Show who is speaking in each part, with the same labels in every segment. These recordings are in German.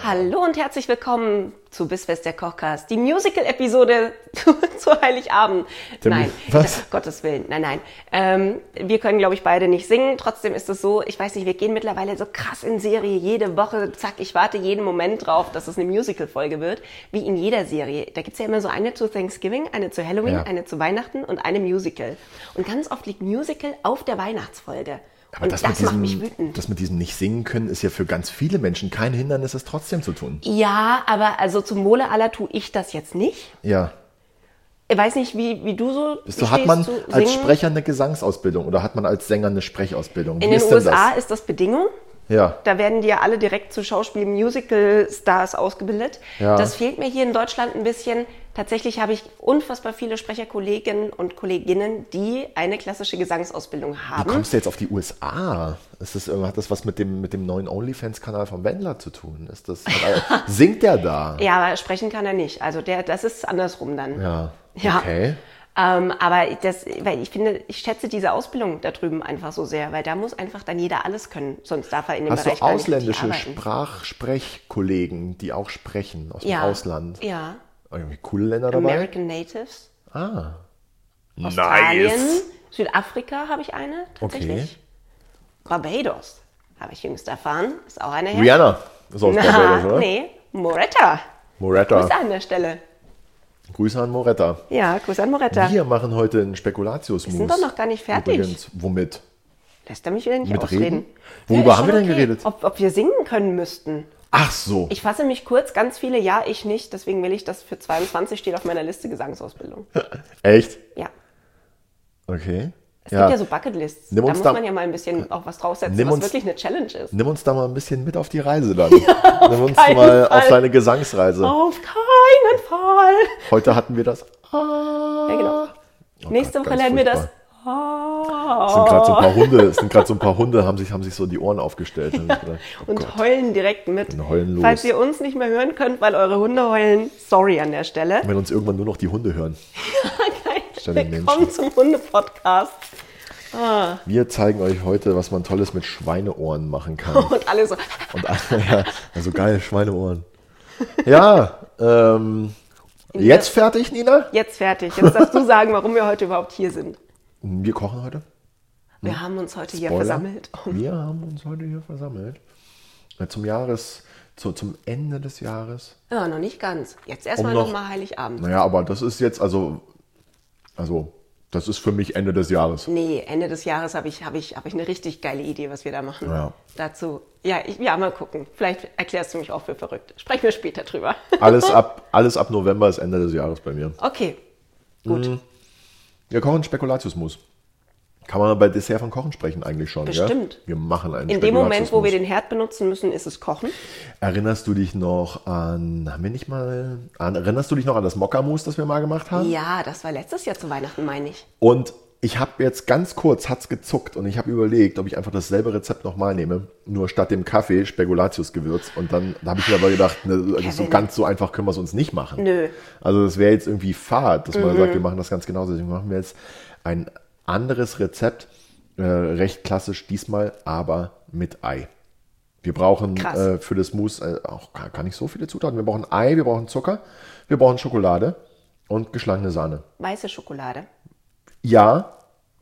Speaker 1: Hallo und herzlich willkommen zu Bissfest der Kochcast, die Musical-Episode zu, zu Heiligabend.
Speaker 2: Der
Speaker 1: nein,
Speaker 2: Mi- was?
Speaker 1: um Gottes Willen, nein, nein. Ähm, wir können, glaube ich, beide nicht singen. Trotzdem ist es so, ich weiß nicht, wir gehen mittlerweile so krass in Serie jede Woche. Zack, ich warte jeden Moment drauf, dass es eine Musical-Folge wird, wie in jeder Serie. Da gibt's ja immer so eine zu Thanksgiving, eine zu Halloween,
Speaker 2: Ja.
Speaker 1: eine zu Weihnachten und eine Musical. Und ganz oft liegt Musical auf der Weihnachtsfolge.
Speaker 2: Aber
Speaker 1: und
Speaker 2: das,
Speaker 1: das,
Speaker 2: mit diesem,
Speaker 1: macht mich wütend.
Speaker 2: das mit diesem nicht singen können, ist ja für ganz viele Menschen kein Hindernis, es trotzdem zu tun.
Speaker 1: ja, aber also zum Wohle aller tue ich das jetzt nicht.
Speaker 2: Ja.
Speaker 1: Ich weiß nicht, wie, wie du so.
Speaker 2: Bist du, hat man
Speaker 1: stehst zu
Speaker 2: als
Speaker 1: singen.
Speaker 2: Sprecher eine Gesangsausbildung oder hat man als Sänger eine Sprechausbildung?
Speaker 1: In
Speaker 2: Wie
Speaker 1: den
Speaker 2: ist denn
Speaker 1: USA ist das Bedingung.
Speaker 2: das? Ja.
Speaker 1: Da werden die ja alle direkt zu Schauspiel-Musical-Stars ausgebildet.
Speaker 2: Ja.
Speaker 1: Das fehlt mir hier in Deutschland ein bisschen. Tatsächlich habe ich unfassbar viele Sprecherkolleginnen und Kolleginnen, die eine klassische Gesangsausbildung
Speaker 2: Wie
Speaker 1: haben.
Speaker 2: kommst du jetzt auf die USA? Ist das, irgend- hat das was mit dem, mit dem neuen OnlyFans-Kanal von Wendler zu tun? Ist das, hat er- singt der da?
Speaker 1: Ja, aber sprechen kann er nicht. Also der, das ist andersrum dann.
Speaker 2: Ja.
Speaker 1: Ja.
Speaker 2: Okay.
Speaker 1: Ähm, aber das, weil ich finde, ich schätze diese Ausbildung da drüben einfach so sehr, weil da muss einfach dann jeder alles können, sonst darf er in dem
Speaker 2: Hast
Speaker 1: Bereich
Speaker 2: du
Speaker 1: gar nicht richtig
Speaker 2: ausländische
Speaker 1: arbeiten.
Speaker 2: Sprachsprechkollegen, die auch sprechen aus dem
Speaker 1: ja.
Speaker 2: Ausland?
Speaker 1: Ja.
Speaker 2: Irgendwie coole Länder dabei?
Speaker 1: American Natives.
Speaker 2: Ah.
Speaker 1: Australien, Südafrika habe ich eine, tatsächlich.
Speaker 2: Okay.
Speaker 1: Barbados habe ich jüngst erfahren, ist auch eine her.
Speaker 2: Rihanna ist aus Barbados,
Speaker 1: Na,
Speaker 2: oder?
Speaker 1: nee, Moretta.
Speaker 2: Moretta.
Speaker 1: Grüße an der Stelle.
Speaker 2: Grüße an Moretta.
Speaker 1: Ja, Grüße an Moretta.
Speaker 2: Wir machen heute einen spekulatius
Speaker 1: Wir sind doch noch gar nicht fertig.
Speaker 2: Übrigens, womit?
Speaker 1: Lässt er mich wieder nicht
Speaker 2: Mit
Speaker 1: ausreden.
Speaker 2: Reden?
Speaker 1: Nee,
Speaker 2: Worüber
Speaker 1: ist
Speaker 2: haben wir
Speaker 1: schon
Speaker 2: denn geredet?
Speaker 1: Ob, ob wir singen können müssten.
Speaker 2: Ach so.
Speaker 1: Ich fasse mich kurz, ganz viele ja, ich nicht. Deswegen will ich, dass für 22 steht auf meiner Liste Gesangsausbildung.
Speaker 2: Echt?
Speaker 1: Ja.
Speaker 2: Okay.
Speaker 1: Es gibt ja so Bucketlists.
Speaker 2: Nimm
Speaker 1: da
Speaker 2: uns
Speaker 1: muss
Speaker 2: da-
Speaker 1: man ja mal ein bisschen auch was draufsetzen,
Speaker 2: Nimm
Speaker 1: was
Speaker 2: uns-
Speaker 1: wirklich eine Challenge ist.
Speaker 2: Nimm uns da mal ein bisschen mit auf die Reise dann. Nimm uns
Speaker 1: keinen
Speaker 2: mal auf
Speaker 1: Fall. Oh.
Speaker 2: deine Gesangsreise.
Speaker 1: Auf keinen Fall.
Speaker 2: Heute hatten wir das. Ah. Oh
Speaker 1: Ja, genau. Nächste
Speaker 2: Gott,
Speaker 1: Woche
Speaker 2: ganz
Speaker 1: lernen wir das. Oh.
Speaker 2: furchtbar. Es sind gerade so ein paar Hunde, es sind gerade so ein paar Hunde, haben sich, haben sich so die Ohren aufgestellt. Dann hab ich gedacht, oh
Speaker 1: Und
Speaker 2: Gott.
Speaker 1: heulen direkt mit.
Speaker 2: Und heulen los.
Speaker 1: Falls ihr uns nicht mehr hören könnt, weil eure Hunde heulen, sorry an der Stelle.
Speaker 2: Wenn uns irgendwann nur noch die Hunde hören. Stell den
Speaker 1: Willkommen
Speaker 2: Menschen.
Speaker 1: zum Hunde-Podcast.
Speaker 2: Wir zeigen euch heute, was man Tolles mit Schweineohren machen kann.
Speaker 3: Oh.
Speaker 1: Und alle so.
Speaker 2: Und ja, also geil, Schweineohren. Ja, ähm, jetzt fertig, Nina?
Speaker 1: Jetzt fertig. Jetzt darfst du sagen, warum wir heute überhaupt hier sind.
Speaker 2: Wir kochen heute.
Speaker 1: Wir haben uns heute hier
Speaker 2: Hm? Spoiler.
Speaker 1: versammelt. um-
Speaker 2: Wir haben uns heute hier versammelt. Äh, Zum Jahres, zu, zum Ende des Jahres.
Speaker 1: Ja, noch nicht ganz. Jetzt erstmal
Speaker 2: Um noch-
Speaker 1: nochmal Heiligabend.
Speaker 2: Naja, aber das ist jetzt, also, also, das ist für mich Ende des Jahres.
Speaker 1: Nee, Ende des Jahres habe ich, hab ich, hab ich eine richtig geile Idee, was wir da machen.
Speaker 2: Ja.
Speaker 1: Dazu. Ja, ich, ja, mal gucken. Vielleicht erklärst du mich auch für verrückt. Sprechen wir später drüber.
Speaker 2: Alles ab, alles ab November ist Ende des Jahres bei mir.
Speaker 1: Okay.
Speaker 2: Mhm,
Speaker 1: Gut.
Speaker 2: Wir kochen Spekulatiusmus. Kann man bei Dessert von Kochen sprechen eigentlich schon, gell?
Speaker 1: Bestimmt.
Speaker 2: Wir machen einen
Speaker 1: In dem Moment, wo wir
Speaker 2: Spekulatiusmus.
Speaker 1: den Herd benutzen müssen, ist es Kochen.
Speaker 2: Erinnerst du dich noch an, haben wir nicht mal, an, erinnerst du dich noch an das Mokka-Mousse, das wir mal gemacht haben?
Speaker 1: Ja, das war letztes Jahr zu Weihnachten, meine ich.
Speaker 2: Und ich habe jetzt ganz kurz, hat's gezuckt und ich habe überlegt, ob ich einfach dasselbe Rezept nochmal nehme, nur statt dem Kaffee Spekulatiusgewürz. Und dann da habe ich mir aber gedacht, ne, so
Speaker 1: Kevin.
Speaker 2: ganz so einfach können wir es uns nicht machen.
Speaker 1: Nö. Mhm.
Speaker 2: Also das wäre jetzt irgendwie fad, dass man sagt, wir machen das ganz genauso. Deswegen machen wir jetzt ein anderes Rezept, äh, recht klassisch diesmal, aber mit Ei. Wir brauchen
Speaker 1: Krass.
Speaker 2: äh, für das Mousse äh, auch gar, gar nicht so viele Zutaten. Wir brauchen Ei, wir brauchen Zucker, wir brauchen Schokolade und geschlagene Sahne.
Speaker 1: Weiße Schokolade.
Speaker 2: Ja,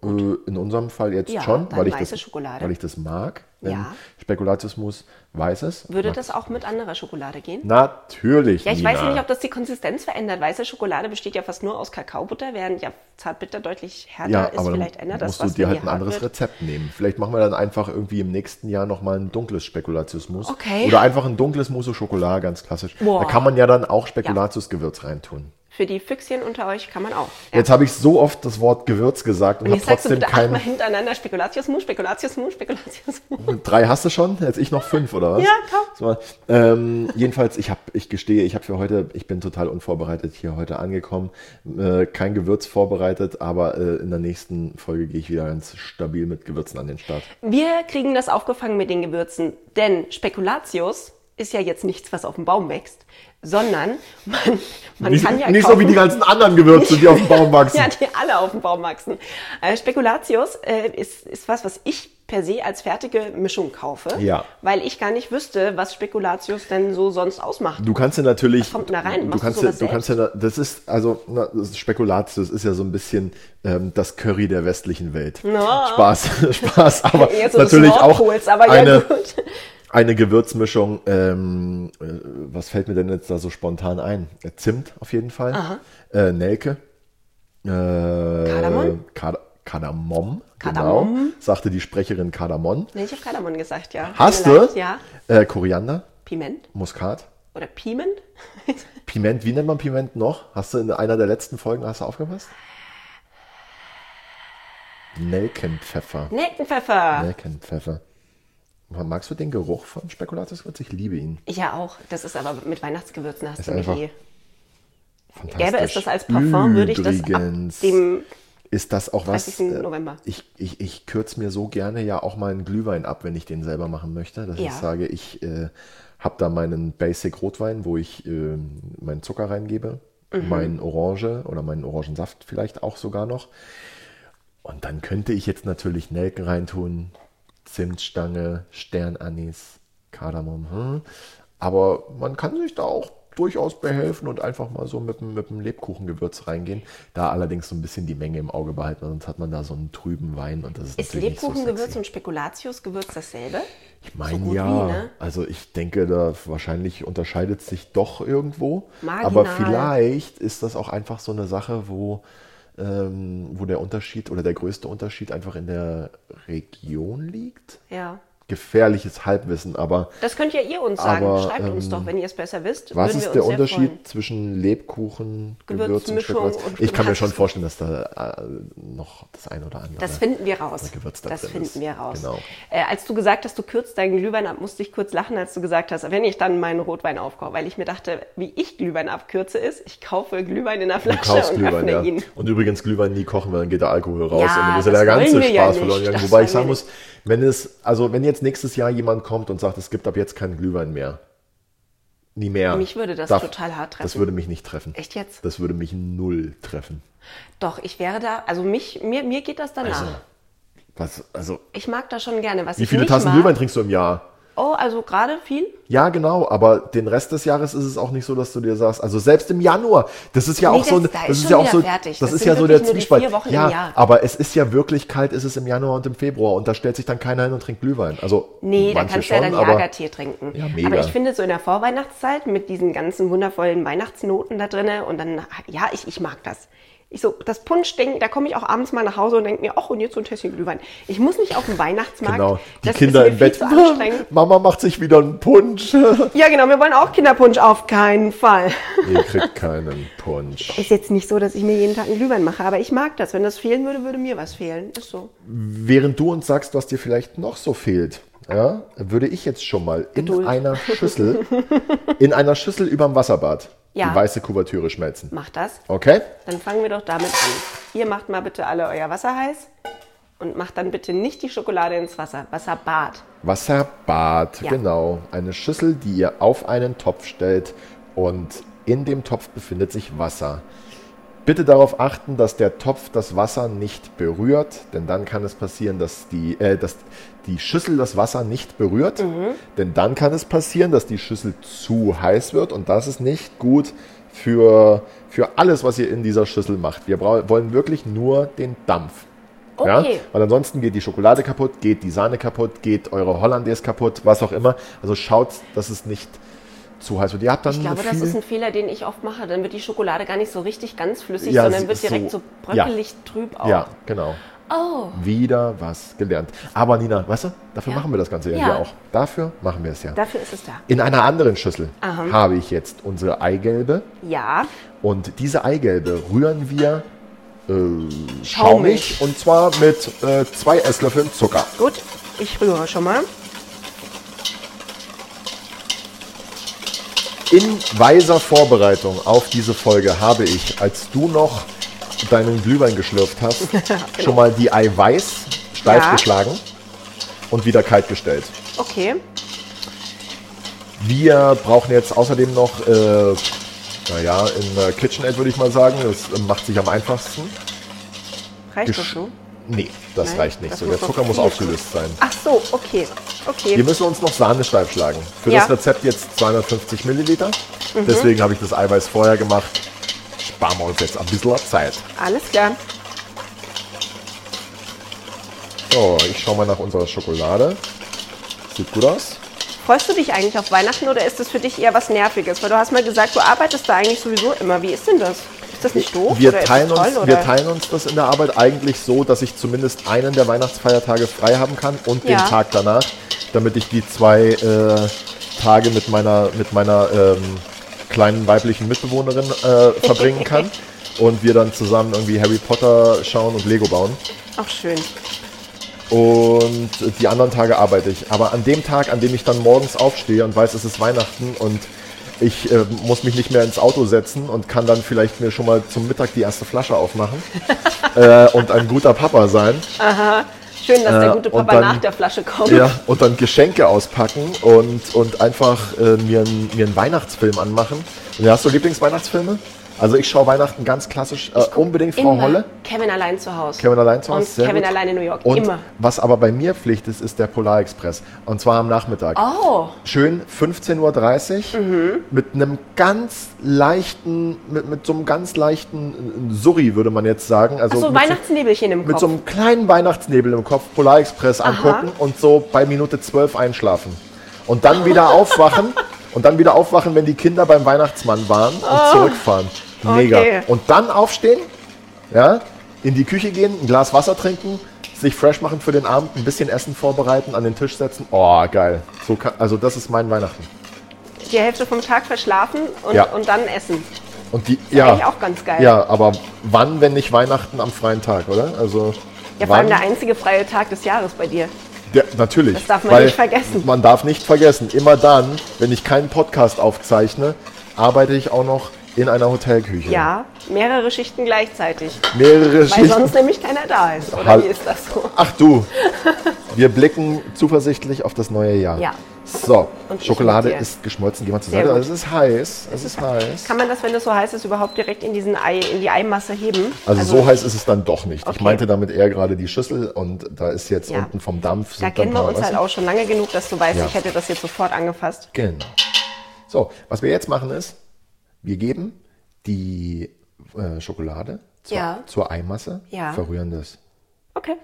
Speaker 2: äh, in unserem Fall jetzt
Speaker 1: Ja,
Speaker 2: schon,
Speaker 1: dann
Speaker 2: weil ich,
Speaker 1: weiße
Speaker 2: das,
Speaker 1: Schokolade.
Speaker 2: weil ich das mag. Wenn
Speaker 1: Ja.
Speaker 2: Spekulatiusmus weiß es.
Speaker 1: Würde das auch mit anderer Schokolade gehen?
Speaker 2: Natürlich.
Speaker 1: Ja, ich
Speaker 2: Nina.
Speaker 1: weiß ja nicht, ob das die Konsistenz verändert. Weiße Schokolade besteht ja fast nur aus Kakaobutter, während ja Zartbitter deutlich härter
Speaker 2: ja,
Speaker 1: ist.
Speaker 2: aber dann
Speaker 1: Vielleicht ändert das
Speaker 2: musst
Speaker 1: was,
Speaker 2: du dir
Speaker 1: wenn
Speaker 2: halt
Speaker 1: die
Speaker 2: ein
Speaker 1: hart
Speaker 2: anderes
Speaker 1: wird.
Speaker 2: Rezept nehmen. Vielleicht machen wir dann einfach irgendwie im nächsten Jahr nochmal ein dunkles Spekulatiusmus.
Speaker 1: Okay.
Speaker 2: Oder einfach ein dunkles Mousse au Chocolat, ganz klassisch.
Speaker 1: Boah.
Speaker 2: Da kann man ja dann auch Spekulatiusgewürz reintun.
Speaker 3: Für die Füchschen unter euch kann man auch.
Speaker 2: Jetzt habe ich so oft das Wort Gewürz gesagt und,
Speaker 3: Und
Speaker 2: habe
Speaker 3: jetzt sagst du
Speaker 2: trotzdem
Speaker 3: bitte achtmal
Speaker 2: keinen.
Speaker 3: hintereinander Spekulatius Mu, Spekulatius Mu, Spekulatius Mu.
Speaker 2: Drei hast du schon? Jetzt ich noch fünf, oder was?
Speaker 3: Ja, komm.
Speaker 2: Das war- ähm, jedenfalls, ich, hab, ich gestehe, ich habe für heute, ich bin total unvorbereitet hier heute angekommen. Äh, kein Gewürz vorbereitet, aber äh, in der nächsten Folge gehe ich wieder ganz stabil mit Gewürzen an den Start.
Speaker 3: Wir kriegen das aufgefangen mit den Gewürzen, denn Spekulatius ist ja jetzt nichts, was auf dem Baum wächst, sondern man, man
Speaker 2: Nicht,
Speaker 3: kann ja
Speaker 2: nicht so wie die
Speaker 3: kaufen-
Speaker 2: ganzen anderen Gewürze, die auf dem Baum wachsen.
Speaker 3: Ja, die alle auf dem Baum wachsen. Äh, Spekulatius äh, ist, ist was, was ich per se als fertige Mischung kaufe,
Speaker 2: Ja.
Speaker 3: weil ich gar nicht wüsste, was Spekulatius denn so sonst ausmacht.
Speaker 2: Du kannst ja natürlich.
Speaker 3: kommt denn da rein?
Speaker 2: Du
Speaker 3: Machst du
Speaker 2: kannst, ja,
Speaker 3: sowas
Speaker 2: du kannst ja, das ist also na, das ist Spekulatius ist ja so ein bisschen ähm, das Curry der westlichen Welt. Spaß, Spaß, aber
Speaker 3: Jetzt so des
Speaker 2: natürlich auch
Speaker 3: Nordpols, aber ja,
Speaker 2: eine,
Speaker 3: gut.
Speaker 2: eine Gewürzmischung. Ähm, äh, was fällt mir denn jetzt da so spontan ein? Äh, Zimt auf jeden Fall. Äh, Nelke. Äh,
Speaker 3: Kardamom?
Speaker 2: Kad Kardamom.
Speaker 3: Kardamom.
Speaker 2: Genau, sagte die Sprecherin Kardamom.
Speaker 3: Nee, ich habe Kardamom gesagt, ja.
Speaker 2: Hast
Speaker 3: Tut mir
Speaker 2: du?
Speaker 3: leid, Ja.
Speaker 2: Äh, Koriander,
Speaker 3: Piment
Speaker 2: Muskat.
Speaker 3: oder Piment?
Speaker 2: Piment, wie nennt man Piment noch? Hast du in einer der letzten Folgen, hast du aufgepasst? Nelkenpfeffer.
Speaker 3: Neckenpfeffer.
Speaker 2: Nelkenpfeffer. Magst du den Geruch von Spekulatiusgewürz? Ich liebe ihn.
Speaker 3: Ich Ja, auch. Das ist aber mit Weihnachtsgewürzen hast
Speaker 2: Ist
Speaker 3: du nicht
Speaker 2: einfach
Speaker 3: eh.
Speaker 2: Fantastisch.
Speaker 3: Gäbe es das als Parfum, würde ich das ab
Speaker 2: Übrigens
Speaker 3: dem-
Speaker 2: ist das auch was.
Speaker 3: 30.
Speaker 2: äh,
Speaker 3: November.
Speaker 2: Ich, ich, ich kürze mir so gerne ja auch mal einen Glühwein ab, wenn ich den selber machen möchte, dass ich
Speaker 3: Ja.
Speaker 2: sage, ich äh, habe da meinen Basic Rotwein, wo ich äh, meinen Zucker reingebe,
Speaker 3: Mhm.
Speaker 2: meinen Orange oder meinen Orangensaft vielleicht auch sogar noch. Und dann könnte ich jetzt natürlich Nelken reintun, Zimtstange, Sternanis, Kardamom. Hm. Aber man kann sich da auch durchaus behelfen und einfach mal so mit, dem- mit dem Lebkuchengewürz reingehen. Da allerdings so ein bisschen die Menge im Auge behalten, sonst hat man da so einen trüben Wein und das ist,
Speaker 3: Ist
Speaker 2: natürlich nicht so
Speaker 3: Lebkuchengewürz
Speaker 2: sexy.
Speaker 3: und Spekulatiusgewürz dasselbe?
Speaker 2: Ich meine
Speaker 3: gut wie,
Speaker 2: ja,
Speaker 3: ne?
Speaker 2: also ich denke, da wahrscheinlich unterscheidet sich doch irgendwo.
Speaker 3: Marginal.
Speaker 2: Aber vielleicht ist das auch einfach so eine Sache, wo, ähm, wo der Unterschied oder der größte Unterschied einfach in der Region liegt.
Speaker 3: Ja.
Speaker 2: Gefährliches Halbwissen, aber
Speaker 3: Das könnt ja ihr uns sagen.
Speaker 2: Aber,
Speaker 3: Schreibt uns
Speaker 2: ähm,
Speaker 3: doch, wenn ihr es besser wisst.
Speaker 2: was
Speaker 3: würden
Speaker 2: ist
Speaker 3: wir
Speaker 2: der
Speaker 3: uns sehr
Speaker 2: Unterschied
Speaker 3: freuen.
Speaker 2: zwischen Lebkuchen, Gewürz und
Speaker 3: Gewürzmischung
Speaker 2: Spekulatius?
Speaker 3: und
Speaker 2: Ich kann mir
Speaker 3: Spekulatius-
Speaker 2: schon vorstellen, dass da äh, noch das ein oder andere.
Speaker 3: Das finden wir raus.
Speaker 2: Gewürz da
Speaker 3: das
Speaker 2: drin
Speaker 3: finden
Speaker 2: ist.
Speaker 3: wir raus.
Speaker 2: Genau.
Speaker 3: Äh, als du gesagt hast, du kürzt deinen Glühwein ab, musste ich kurz lachen, als du gesagt hast, wenn ich dann meinen Rotwein aufkoche, weil ich mir dachte, wie ich Glühwein abkürze, ist, ich kaufe Glühwein in der
Speaker 2: Du
Speaker 3: Flasche
Speaker 2: kaufst
Speaker 3: und
Speaker 2: Glühwein,
Speaker 3: öffne
Speaker 2: ja.
Speaker 3: ihn.
Speaker 2: Und übrigens Glühwein nie kochen, weil dann geht der Alkohol raus
Speaker 3: Ja,
Speaker 2: und dann ist ja
Speaker 3: das
Speaker 2: der ganze
Speaker 3: wollen wir
Speaker 2: Spaß
Speaker 3: ja nicht.
Speaker 2: verloren
Speaker 3: Das
Speaker 2: gegangen. Wobei ich
Speaker 3: wollen
Speaker 2: sagen
Speaker 3: wir
Speaker 2: muss, wenn es, also wenn jetzt nächstes Jahr jemand kommt und sagt, es gibt ab jetzt keinen Glühwein mehr. Nie mehr.
Speaker 3: Mich würde das total hart treffen.
Speaker 2: Das würde mich nicht treffen.
Speaker 3: Echt jetzt?
Speaker 2: Das würde mich null treffen.
Speaker 3: Doch, ich wäre da, also mich, mir, mir geht das danach.
Speaker 2: Also, was, also,
Speaker 3: ich mag das schon gerne. Was
Speaker 2: wie
Speaker 3: ich
Speaker 2: viele
Speaker 3: nicht
Speaker 2: Tassen
Speaker 3: mag,
Speaker 2: Glühwein trinkst du im Jahr?
Speaker 3: Oh, also gerade viel?
Speaker 2: Ja, genau, aber den Rest des Jahres ist es auch nicht so, dass du dir sagst, also selbst im Januar, das ist ja
Speaker 3: Nee,
Speaker 2: auch so,
Speaker 3: das- da
Speaker 2: ein- das
Speaker 3: ist
Speaker 2: ist
Speaker 3: schon
Speaker 2: ja
Speaker 3: wieder
Speaker 2: auch so,
Speaker 3: fertig.
Speaker 2: das
Speaker 3: Das
Speaker 2: ist
Speaker 3: sind
Speaker 2: ja so
Speaker 3: wirklich
Speaker 2: der
Speaker 3: nur die
Speaker 2: Zwiespalt.
Speaker 3: vier Wochen im
Speaker 2: ja,
Speaker 3: Jahr.
Speaker 2: aber es ist ja wirklich kalt, ist es im Januar und im Februar und da stellt sich dann keiner hin und trinkt Glühwein. Also
Speaker 3: Nee, da
Speaker 2: manche
Speaker 3: kannst du
Speaker 2: schon,
Speaker 3: ja dann
Speaker 2: aber
Speaker 3: Jagertee trinken.
Speaker 2: Ja, mega.
Speaker 3: Aber ich finde so in der Vorweihnachtszeit mit diesen ganzen wundervollen Weihnachtsnoten da drinne und dann, ja, ich, ich mag das. Ich so, das Punschding, da komme ich auch abends mal nach Hause und denke mir, ach, und jetzt so ein Tässchen Glühwein. Ich muss nicht auf den Weihnachtsmarkt.
Speaker 2: Genau, die
Speaker 3: das
Speaker 2: Kinder
Speaker 3: ist mir
Speaker 2: im Bett.
Speaker 3: Viel zu anstrengend.
Speaker 2: Mama macht sich wieder einen Punsch. Ihr
Speaker 3: Ja, genau, wir wollen auch Kinderpunsch, auf keinen Fall.
Speaker 2: kriegt keinen Punsch.
Speaker 3: Ist jetzt nicht so, dass ich mir jeden Tag einen Glühwein mache, aber ich mag das. Wenn das fehlen würde, würde mir was fehlen. Ist so.
Speaker 2: Während du uns sagst, was dir vielleicht noch so fehlt, ja, würde ich jetzt schon mal in
Speaker 3: Geduld.
Speaker 2: einer Schüssel, in einer Schüssel überm Wasserbad
Speaker 3: Ja.
Speaker 2: die weiße Kuvertüre schmelzen.
Speaker 3: Mach das.
Speaker 2: Okay?
Speaker 3: Dann fangen wir doch damit an. Ihr macht mal bitte alle euer Wasser heiß und macht dann bitte nicht die Schokolade ins Wasser. Wasserbad.
Speaker 2: Wasserbad,
Speaker 3: Ja.
Speaker 2: genau. Eine Schüssel, die ihr auf einen Topf stellt und in dem Topf befindet sich Wasser. Bitte darauf achten, dass der Topf das Wasser nicht berührt, denn dann kann es passieren, dass die, äh, dass die Schüssel das Wasser nicht berührt.
Speaker 3: Mhm.
Speaker 2: Denn dann kann es passieren, dass die Schüssel zu heiß wird und das ist nicht gut für, für alles, was ihr in dieser Schüssel macht. Wir brau- wollen wirklich nur den Dampf.
Speaker 3: Okay.
Speaker 2: Ja? Weil ansonsten geht die Schokolade kaputt, geht die Sahne kaputt, geht eure Hollandaise kaputt, was auch immer. Also schaut, dass es nicht zu heiß wird. Ihr habt dann
Speaker 3: Ich glaube,
Speaker 2: viel,
Speaker 3: das ist ein Fehler, den ich oft mache. Dann wird die Schokolade gar nicht so richtig ganz flüssig,
Speaker 2: Ja,
Speaker 3: sondern
Speaker 2: sie
Speaker 3: wird
Speaker 2: ist
Speaker 3: direkt so,
Speaker 2: so-
Speaker 3: bröckelig trüb auch.
Speaker 2: ja, genau.
Speaker 1: Oh.
Speaker 2: Wieder was gelernt. Aber Nina, weißt du, dafür
Speaker 1: Ja.
Speaker 2: machen wir das Ganze ja,
Speaker 1: Ja.
Speaker 2: hier auch. Dafür machen wir es ja.
Speaker 3: Dafür ist es da.
Speaker 2: In einer anderen Schüssel
Speaker 3: Aha.
Speaker 2: habe ich jetzt unsere Eigelbe.
Speaker 3: Ja.
Speaker 2: Und diese Eigelbe rühren wir äh, schaumig und zwar mit äh, zwei Esslöffeln Zucker.
Speaker 3: Gut, ich rühre schon mal.
Speaker 2: In weiser Vorbereitung auf diese Folge habe ich, als du noch deinen Glühwein geschlürft hast, schon mal die Eiweiß steif
Speaker 3: genau. Ja.
Speaker 2: geschlagen und wieder kalt gestellt.
Speaker 3: Okay.
Speaker 2: Wir brauchen jetzt außerdem noch, äh, naja, in äh, KitchenAid würde ich mal sagen, das äh, macht sich am einfachsten.
Speaker 3: Reicht das
Speaker 2: Gesch-
Speaker 3: so?
Speaker 2: Nee, das
Speaker 3: Nein,
Speaker 2: reicht nicht
Speaker 3: das
Speaker 2: so.
Speaker 3: muss
Speaker 2: Der
Speaker 3: noch
Speaker 2: Zucker muss
Speaker 3: viel-
Speaker 2: aufgelöst sein.
Speaker 3: Ach so, okay. Okay.
Speaker 2: Wir müssen uns noch Sahne steif schlagen. Für
Speaker 3: Ja. Mhm.
Speaker 2: das Rezept jetzt 250 Milliliter. Deswegen habe ich das Eiweiß vorher gemacht. Sparen wir uns jetzt ein bisschen Zeit.
Speaker 3: Alles klar.
Speaker 2: So, ich schaue mal nach unserer Schokolade. Sieht gut aus.
Speaker 3: Freust du dich eigentlich auf Weihnachten oder ist das für dich eher was Nerviges? Weil du hast mal gesagt, du arbeitest da eigentlich sowieso immer. Wie ist denn das? Ist das nicht doof?
Speaker 2: Wir
Speaker 3: oder
Speaker 2: teilen,
Speaker 3: ist das
Speaker 2: uns,
Speaker 3: toll,
Speaker 2: wir
Speaker 3: oder?
Speaker 2: teilen uns das in der Arbeit eigentlich so, dass ich zumindest einen der Weihnachtsfeiertage frei haben kann und
Speaker 3: Ja.
Speaker 2: den Tag danach, damit ich die zwei äh, Tage mit meiner, mit meiner ähm, kleinen weiblichen Mitbewohnerin äh, verbringen kann. Und wir dann zusammen irgendwie Harry Potter schauen und Lego bauen.
Speaker 3: Ach, schön.
Speaker 2: Und die anderen Tage arbeite ich. Aber an dem Tag, an dem ich dann morgens aufstehe und weiß, es ist Weihnachten und ich äh, muss mich nicht mehr ins Auto setzen und kann dann vielleicht mir schon mal zum Mittag die erste Flasche aufmachen äh, und ein guter Papa sein.
Speaker 3: Schön, dass der
Speaker 2: Äh,
Speaker 3: gute
Speaker 2: und
Speaker 3: Papa
Speaker 2: dann-
Speaker 3: nach der Flasche kommt.
Speaker 2: Ja, und dann Geschenke auspacken und, und einfach äh, mir, einen- mir einen Weihnachtsfilm anmachen. Und hast du Lieblingsweihnachtsfilme? Also ich schaue Weihnachten ganz klassisch äh, unbedingt Frau
Speaker 3: Immer.
Speaker 2: Holle.
Speaker 3: Kevin allein zu Hause.
Speaker 2: Kevin allein zu Hause.
Speaker 3: Und
Speaker 2: sehr
Speaker 3: Kevin
Speaker 2: gut.
Speaker 3: allein in New York.
Speaker 2: Und
Speaker 3: Immer.
Speaker 2: was aber bei mir Pflicht ist, ist der Polar Express. Und zwar am Nachmittag.
Speaker 3: Oh.
Speaker 2: Schön 15.30 Uhr
Speaker 3: Mhm.
Speaker 2: mit einem ganz leichten, mit, mit so einem ganz leichten äh, Surri, würde man jetzt sagen. Also
Speaker 3: Ach so,
Speaker 2: mit
Speaker 3: Weihnachtsnebelchen im
Speaker 2: So, mit
Speaker 3: Kopf.
Speaker 2: so einem kleinen Weihnachtsnebel im Kopf Polar Express angucken und so bei Minute 12 einschlafen. Und dann wieder aufwachen. Und dann wieder aufwachen, wenn die Kinder beim Weihnachtsmann waren und zurückfahren. Mega.
Speaker 3: Oh. Okay.
Speaker 2: Und dann aufstehen, ja, in die Küche gehen, ein Glas Wasser trinken, sich fresh machen für den Abend, ein bisschen Essen vorbereiten, an den Tisch setzen. Oh, geil. So kann, also das ist mein Weihnachten.
Speaker 3: die Hälfte vom Tag verschlafen und,
Speaker 2: Ja.
Speaker 3: und dann essen.
Speaker 2: Und die,
Speaker 3: eigentlich
Speaker 2: ja,
Speaker 3: auch ganz geil.
Speaker 2: ja, aber wann, wenn nicht Weihnachten am freien Tag, oder? Also
Speaker 3: Ja, vor
Speaker 2: wann?
Speaker 3: allem der einzige freie Tag des Jahres bei dir.
Speaker 2: Der, natürlich.
Speaker 3: Das darf man
Speaker 2: weil
Speaker 3: nicht vergessen.
Speaker 2: Man darf nicht vergessen. Immer dann, wenn ich keinen Podcast aufzeichne, arbeite ich auch noch in einer Hotelküche.
Speaker 3: Ja, mehrere Schichten gleichzeitig.
Speaker 2: Mehrere
Speaker 3: Weil
Speaker 2: Schichten.
Speaker 3: sonst nämlich keiner da ist. Oder
Speaker 2: Hall-
Speaker 3: wie ist das so?
Speaker 2: Ach du. Wir blicken zuversichtlich auf das neue Jahr.
Speaker 3: Ja.
Speaker 2: So,
Speaker 3: Und ich
Speaker 2: Schokolade
Speaker 3: mit dir.
Speaker 2: ist geschmolzen. Geh mal zur
Speaker 3: Sehr
Speaker 2: Seite. Also
Speaker 3: gut.
Speaker 2: Es ist heiß. Es ist heiß.
Speaker 3: Kann man das, wenn es so heiß ist, überhaupt direkt in diesen Ei, in die Eimasse heben?
Speaker 2: Also, so heiß ist es dann doch nicht. Ich
Speaker 3: Okay.
Speaker 2: meinte damit eher gerade die Schüssel und da ist jetzt
Speaker 3: Ja.
Speaker 2: unten vom Dampf. sind
Speaker 3: Da
Speaker 2: dann
Speaker 3: kennen wir
Speaker 2: paar-
Speaker 3: uns
Speaker 2: weißt
Speaker 3: halt
Speaker 2: du?
Speaker 3: auch schon lange genug, dass du weißt,
Speaker 2: Ja.
Speaker 3: ich hätte das jetzt sofort angefasst.
Speaker 2: Genau. So, was wir jetzt machen ist, wir geben die äh, Schokolade zur,
Speaker 3: Ja.
Speaker 2: zur Eimasse,
Speaker 3: Ja.
Speaker 2: verrühren das.
Speaker 3: Okay.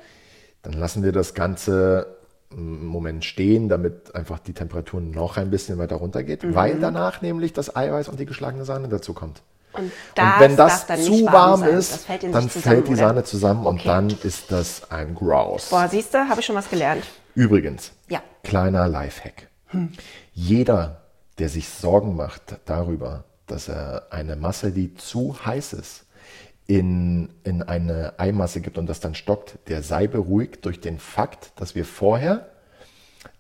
Speaker 2: Dann lassen wir das Ganze einen Moment stehen, damit einfach die Temperatur noch ein bisschen weiter runtergeht,
Speaker 3: Mhm.
Speaker 2: weil danach nämlich das Eiweiß und die geschlagene Sahne dazu kommt.
Speaker 3: Und,
Speaker 2: und wenn das
Speaker 3: darf dann
Speaker 2: zu
Speaker 3: nicht
Speaker 2: warm,
Speaker 3: sein.
Speaker 2: ist,
Speaker 3: Das fällt in
Speaker 2: dann
Speaker 3: sich zusammen,
Speaker 2: fällt die
Speaker 3: oder?
Speaker 2: Sahne zusammen und
Speaker 3: Okay.
Speaker 2: dann ist das ein Grouse.
Speaker 3: Boah, siehst du, habe ich schon was gelernt.
Speaker 2: Übrigens,
Speaker 3: Ja.
Speaker 2: kleiner Lifehack. Jeder, der sich Sorgen macht darüber, dass er eine Masse, die zu heiß ist, in, in eine Eimasse gibt und das dann stockt, der sei beruhigt durch den Fakt, dass wir vorher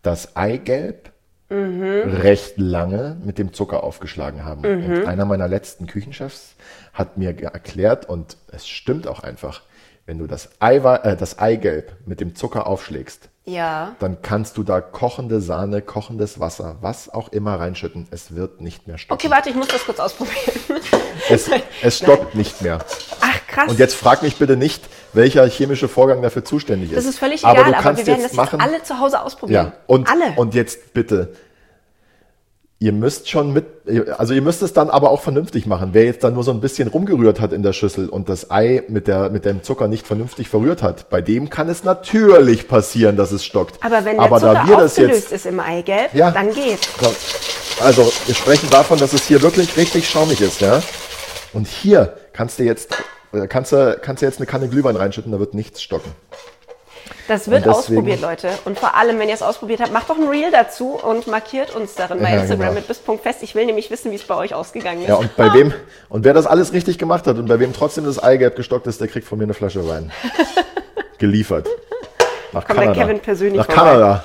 Speaker 2: das Eigelb recht lange mit dem Zucker aufgeschlagen haben. Und einer meiner letzten Küchenchefs hat mir ge- erklärt, und es stimmt auch einfach, wenn du das, Eiwe äh, das Eigelb mit dem Zucker aufschlägst,
Speaker 3: Ja.
Speaker 2: dann kannst du da kochende Sahne, kochendes Wasser, was auch immer reinschütten. Es wird nicht mehr stocken.
Speaker 3: Okay, warte, ich muss das kurz ausprobieren.
Speaker 2: es, es stockt nicht mehr.
Speaker 3: Ach, krass.
Speaker 2: Und jetzt frag mich bitte nicht, welcher chemische Vorgang dafür zuständig ist.
Speaker 3: das ist völlig
Speaker 2: aber
Speaker 3: egal,
Speaker 2: du
Speaker 3: aber
Speaker 2: kannst
Speaker 3: wir werden
Speaker 2: jetzt
Speaker 3: das
Speaker 2: machen.
Speaker 3: jetzt alle zu Hause ausprobieren.
Speaker 2: ja, und,
Speaker 3: alle.
Speaker 2: und jetzt bitte. Ihr müsst schon mit, also ihr müsst es dann aber auch vernünftig machen. Wer jetzt dann nur so ein bisschen rumgerührt hat in der Schüssel und das Ei mit, der, mit dem Zucker nicht vernünftig verrührt hat, bei dem kann es natürlich passieren, dass es stockt.
Speaker 3: aber wenn der
Speaker 2: da
Speaker 3: Zucker
Speaker 2: wir das jetzt
Speaker 3: aufgelöst ist im Eigelb,
Speaker 2: Ja.
Speaker 3: dann geht's.
Speaker 2: so, Also, wir sprechen davon, dass es hier wirklich richtig schaumig ist, ja? Und hier kannst du jetzt Da kannst du, kannst du jetzt eine Kanne Glühwein reinschütten, da wird nichts stocken.
Speaker 3: Das wird
Speaker 2: Und deswegen-
Speaker 3: ausprobiert, Leute. Und vor allem, wenn ihr es ausprobiert habt, macht doch ein Reel dazu und markiert uns darin bei
Speaker 2: Ja,
Speaker 3: Instagram
Speaker 2: genau.
Speaker 3: mit bis Punkt fest. Ich will nämlich wissen, wie es bei euch ausgegangen ist.
Speaker 2: Ja, und bei wem, und wer das alles richtig gemacht hat und bei wem trotzdem das Eigelb gestockt ist, der kriegt von mir eine Flasche Wein. Geliefert. Nach
Speaker 3: Kommt der
Speaker 2: Kanada.
Speaker 3: Kevin persönlich
Speaker 2: Nach
Speaker 3: vorbei.
Speaker 2: Kanada.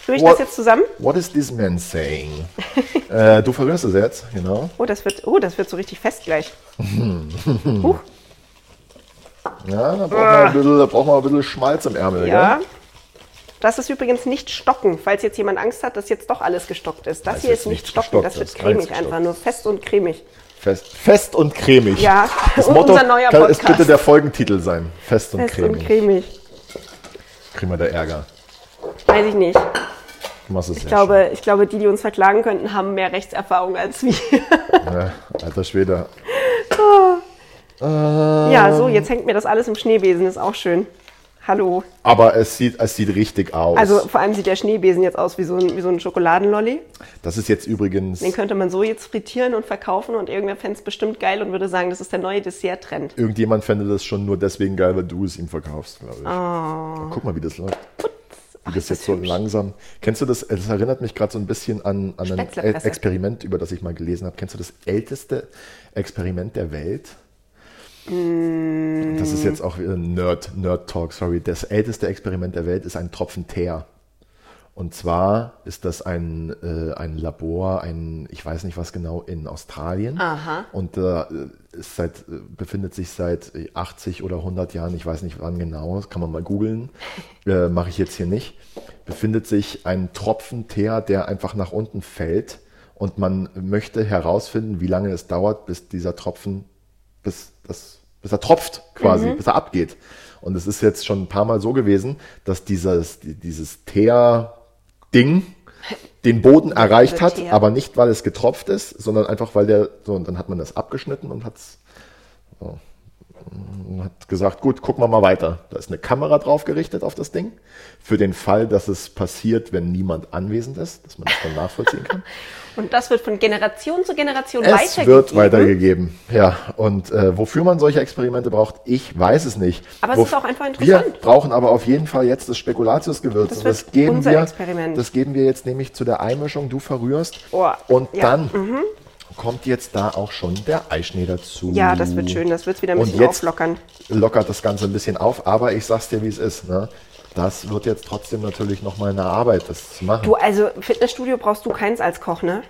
Speaker 3: Führe ich
Speaker 2: What-
Speaker 3: das jetzt zusammen?
Speaker 2: What is this man saying? äh, du verrührst es jetzt, genau.
Speaker 3: Oh, das wird, oh, das wird so richtig fest gleich. Huch,
Speaker 2: Ja, da braucht, man ein bisschen, da braucht man ein bisschen Schmalz im Ärmel.
Speaker 3: Ah. ja.
Speaker 2: Gell?
Speaker 3: Das ist übrigens nicht stocken, falls jetzt jemand Angst hat, dass jetzt doch alles gestockt ist. Das
Speaker 2: Das
Speaker 3: hier
Speaker 2: ist
Speaker 3: ist nicht
Speaker 2: nicht
Speaker 3: stocken,
Speaker 2: gestockt,
Speaker 3: das wird
Speaker 2: das ist gar
Speaker 3: cremig
Speaker 2: nichts
Speaker 3: einfach,
Speaker 2: gestockt.
Speaker 3: nur fest und cremig.
Speaker 2: Fest, fest und cremig.
Speaker 3: Ja,
Speaker 2: das
Speaker 3: und
Speaker 2: Motto
Speaker 3: unser neuer
Speaker 2: kann, ist
Speaker 3: Podcast.
Speaker 2: bitte der Folgentitel sein. Fest und
Speaker 3: Fest
Speaker 2: cremig.
Speaker 3: und cremig.
Speaker 2: Kriegen wir da Ärger.
Speaker 3: Weiß ich nicht.
Speaker 2: Du machst es
Speaker 3: Ich glaube, ich glaube, die, die uns verklagen könnten, haben mehr Rechtserfahrung als wir.
Speaker 2: Äh. Ja, alter Schwede.
Speaker 3: Ja, so, jetzt hängt mir das alles im Schneebesen, ist auch schön. Hallo.
Speaker 2: Aber es sieht, es sieht richtig aus.
Speaker 3: Also vor allem sieht der Schneebesen jetzt aus wie so ein, wie so ein Schokoladenlolli.
Speaker 2: das ist jetzt übrigens.
Speaker 3: Den könnte man so jetzt frittieren und verkaufen und irgendwer fänd's bestimmt geil und würde sagen, das ist der neue Dessert-Trend.
Speaker 2: Irgendjemand fände das schon nur deswegen geil, weil du es ihm verkaufst, glaube ich. Guck mal, wie das läuft. Wie das
Speaker 3: ist
Speaker 2: jetzt
Speaker 3: Ah. das
Speaker 2: so
Speaker 3: hübsch.
Speaker 2: langsam. Kennst du das? Es erinnert mich gerade so ein bisschen an, an ein E-
Speaker 3: Spätzlepresse.
Speaker 2: Experiment, über das ich mal gelesen habe. Kennst du das älteste Experiment der Welt?
Speaker 3: Mm.
Speaker 2: Das ist jetzt auch wieder ein Nerd, Nerd Talk, sorry. Das älteste Experiment der Welt ist ein Tropfen Teer. Und zwar ist das ein, äh, ein Labor, ein, ich weiß nicht was genau, in Australien. Und da äh, ist seit, äh, befindet sich seit 80 oder 100 Jahren, ich weiß nicht wann genau, das kann man mal googeln, äh, mache ich jetzt hier nicht, befindet sich ein Tropfen Teer, der einfach nach unten fällt. Und man möchte herausfinden, wie lange es dauert, bis dieser Tropfen, bis, das, bis er tropft quasi, bis er abgeht. Und es ist jetzt schon ein paar Mal so gewesen, dass dieses, dieses Teer, Ding den Boden erreicht hat,
Speaker 3: Teer.
Speaker 2: aber nicht, weil es getropft ist, sondern einfach, weil der, so, und dann hat man das abgeschnitten und hat's, so, und hat gesagt, gut, gucken wir mal weiter. Da ist eine Kamera drauf gerichtet auf das Ding, für den Fall, dass es passiert, wenn niemand anwesend ist, dass man das dann nachvollziehen kann.
Speaker 3: Und das wird von Generation zu Generation
Speaker 2: es
Speaker 3: weitergegeben.
Speaker 2: wird weitergegeben, ja. Und äh, wofür man solche Experimente braucht, ich weiß es nicht.
Speaker 3: Aber es
Speaker 2: Wo-
Speaker 3: ist auch einfach
Speaker 2: Wir
Speaker 3: interessant.
Speaker 2: brauchen aber auf jeden Fall jetzt das Spekulatiusgewürz.
Speaker 3: Das
Speaker 2: Und
Speaker 3: wird
Speaker 2: das geben
Speaker 3: unser
Speaker 2: wir,
Speaker 3: Experiment.
Speaker 2: Das geben wir jetzt nämlich zu der Einmischung, du verrührst.
Speaker 3: Oh,
Speaker 2: und
Speaker 3: ja. Mhm.
Speaker 2: dann kommt jetzt da auch schon der Eischnee dazu.
Speaker 3: Ja, das wird schön, das wird's wieder ein
Speaker 2: Und
Speaker 3: bisschen
Speaker 2: jetzt
Speaker 3: auflockern.
Speaker 2: Lockert das Ganze ein bisschen auf, aber ich sag's dir, wie es ist. Ne? Das wird jetzt trotzdem natürlich nochmal eine Arbeit, das zu machen.
Speaker 3: Du, also Fitnessstudio brauchst du keins als Koch, ne?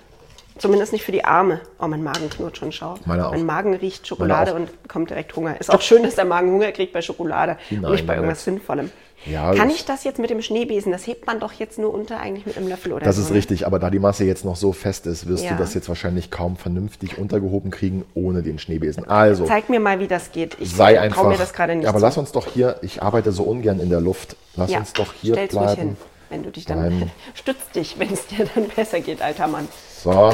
Speaker 3: Zumindest nicht für die Arme. Oh, mein Magen knurrt schon, schau.
Speaker 2: Meiner auch.
Speaker 3: Mein Magen riecht
Speaker 2: Meiner
Speaker 3: Schokolade
Speaker 2: auch.
Speaker 3: und bekommt direkt Hunger. Ist auch schön, dass der Magen Hunger kriegt bei Schokolade und
Speaker 2: Nein,
Speaker 3: nicht bei
Speaker 2: nein,
Speaker 3: irgendwas
Speaker 2: nein.
Speaker 3: Sinnvollem.
Speaker 2: Ja,
Speaker 3: Kann
Speaker 2: das-
Speaker 3: ich das jetzt mit dem Schneebesen? Das hebt man doch jetzt nur unter eigentlich mit einem Löffel oder
Speaker 2: Das
Speaker 3: so.
Speaker 2: ist
Speaker 3: ne?
Speaker 2: richtig, aber da die Masse jetzt noch so fest ist, wirst
Speaker 3: Ja.
Speaker 2: du das jetzt wahrscheinlich kaum vernünftig untergehoben kriegen ohne den Schneebesen. Also,
Speaker 3: Zeig mir mal, wie das geht. Ich
Speaker 2: sei einfach.
Speaker 3: trau mir das gerade nicht.
Speaker 2: aber
Speaker 3: zu.
Speaker 2: lass uns doch hier, ich arbeite so ungern in der Luft, lass uns doch hier
Speaker 3: stell's ruhig
Speaker 2: bleiben.
Speaker 3: hin, wenn du dich dann
Speaker 2: Bleiben.
Speaker 3: stütz dich, wenn es dir dann besser geht, alter Mann.
Speaker 2: So.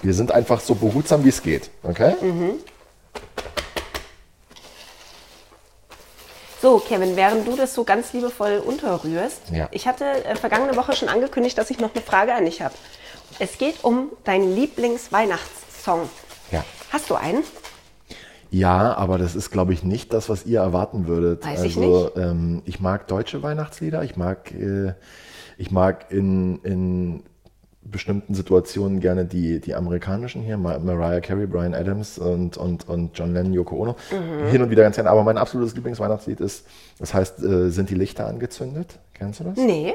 Speaker 2: Wir sind einfach so behutsam, wie es geht, okay?
Speaker 3: Mhm. So, Kevin, während du das so ganz liebevoll unterrührst,
Speaker 2: Ja.
Speaker 3: ich hatte äh, vergangene Woche schon angekündigt, dass ich noch eine Frage an dich habe. Es geht um deinen Lieblingsweihnachtssong.
Speaker 2: Ja.
Speaker 3: Hast du einen?
Speaker 2: Ja, aber das ist, glaube ich, nicht das, was ihr erwarten würdet.
Speaker 3: Weiß ich
Speaker 2: also, Ähm, ich mag deutsche Weihnachtslieder, ich mag, äh, ich mag in, in bestimmten Situationen gerne die, die amerikanischen hier, Ma- Mariah Carey, Brian Adams und, und, und John Lennon, Yoko Ono.
Speaker 3: Mhm.
Speaker 2: Hin und wieder ganz gerne. Aber mein absolutes Lieblingsweihnachtslied ist, das heißt, äh, sind die Lichter angezündet? Kennst du das?
Speaker 3: Nee.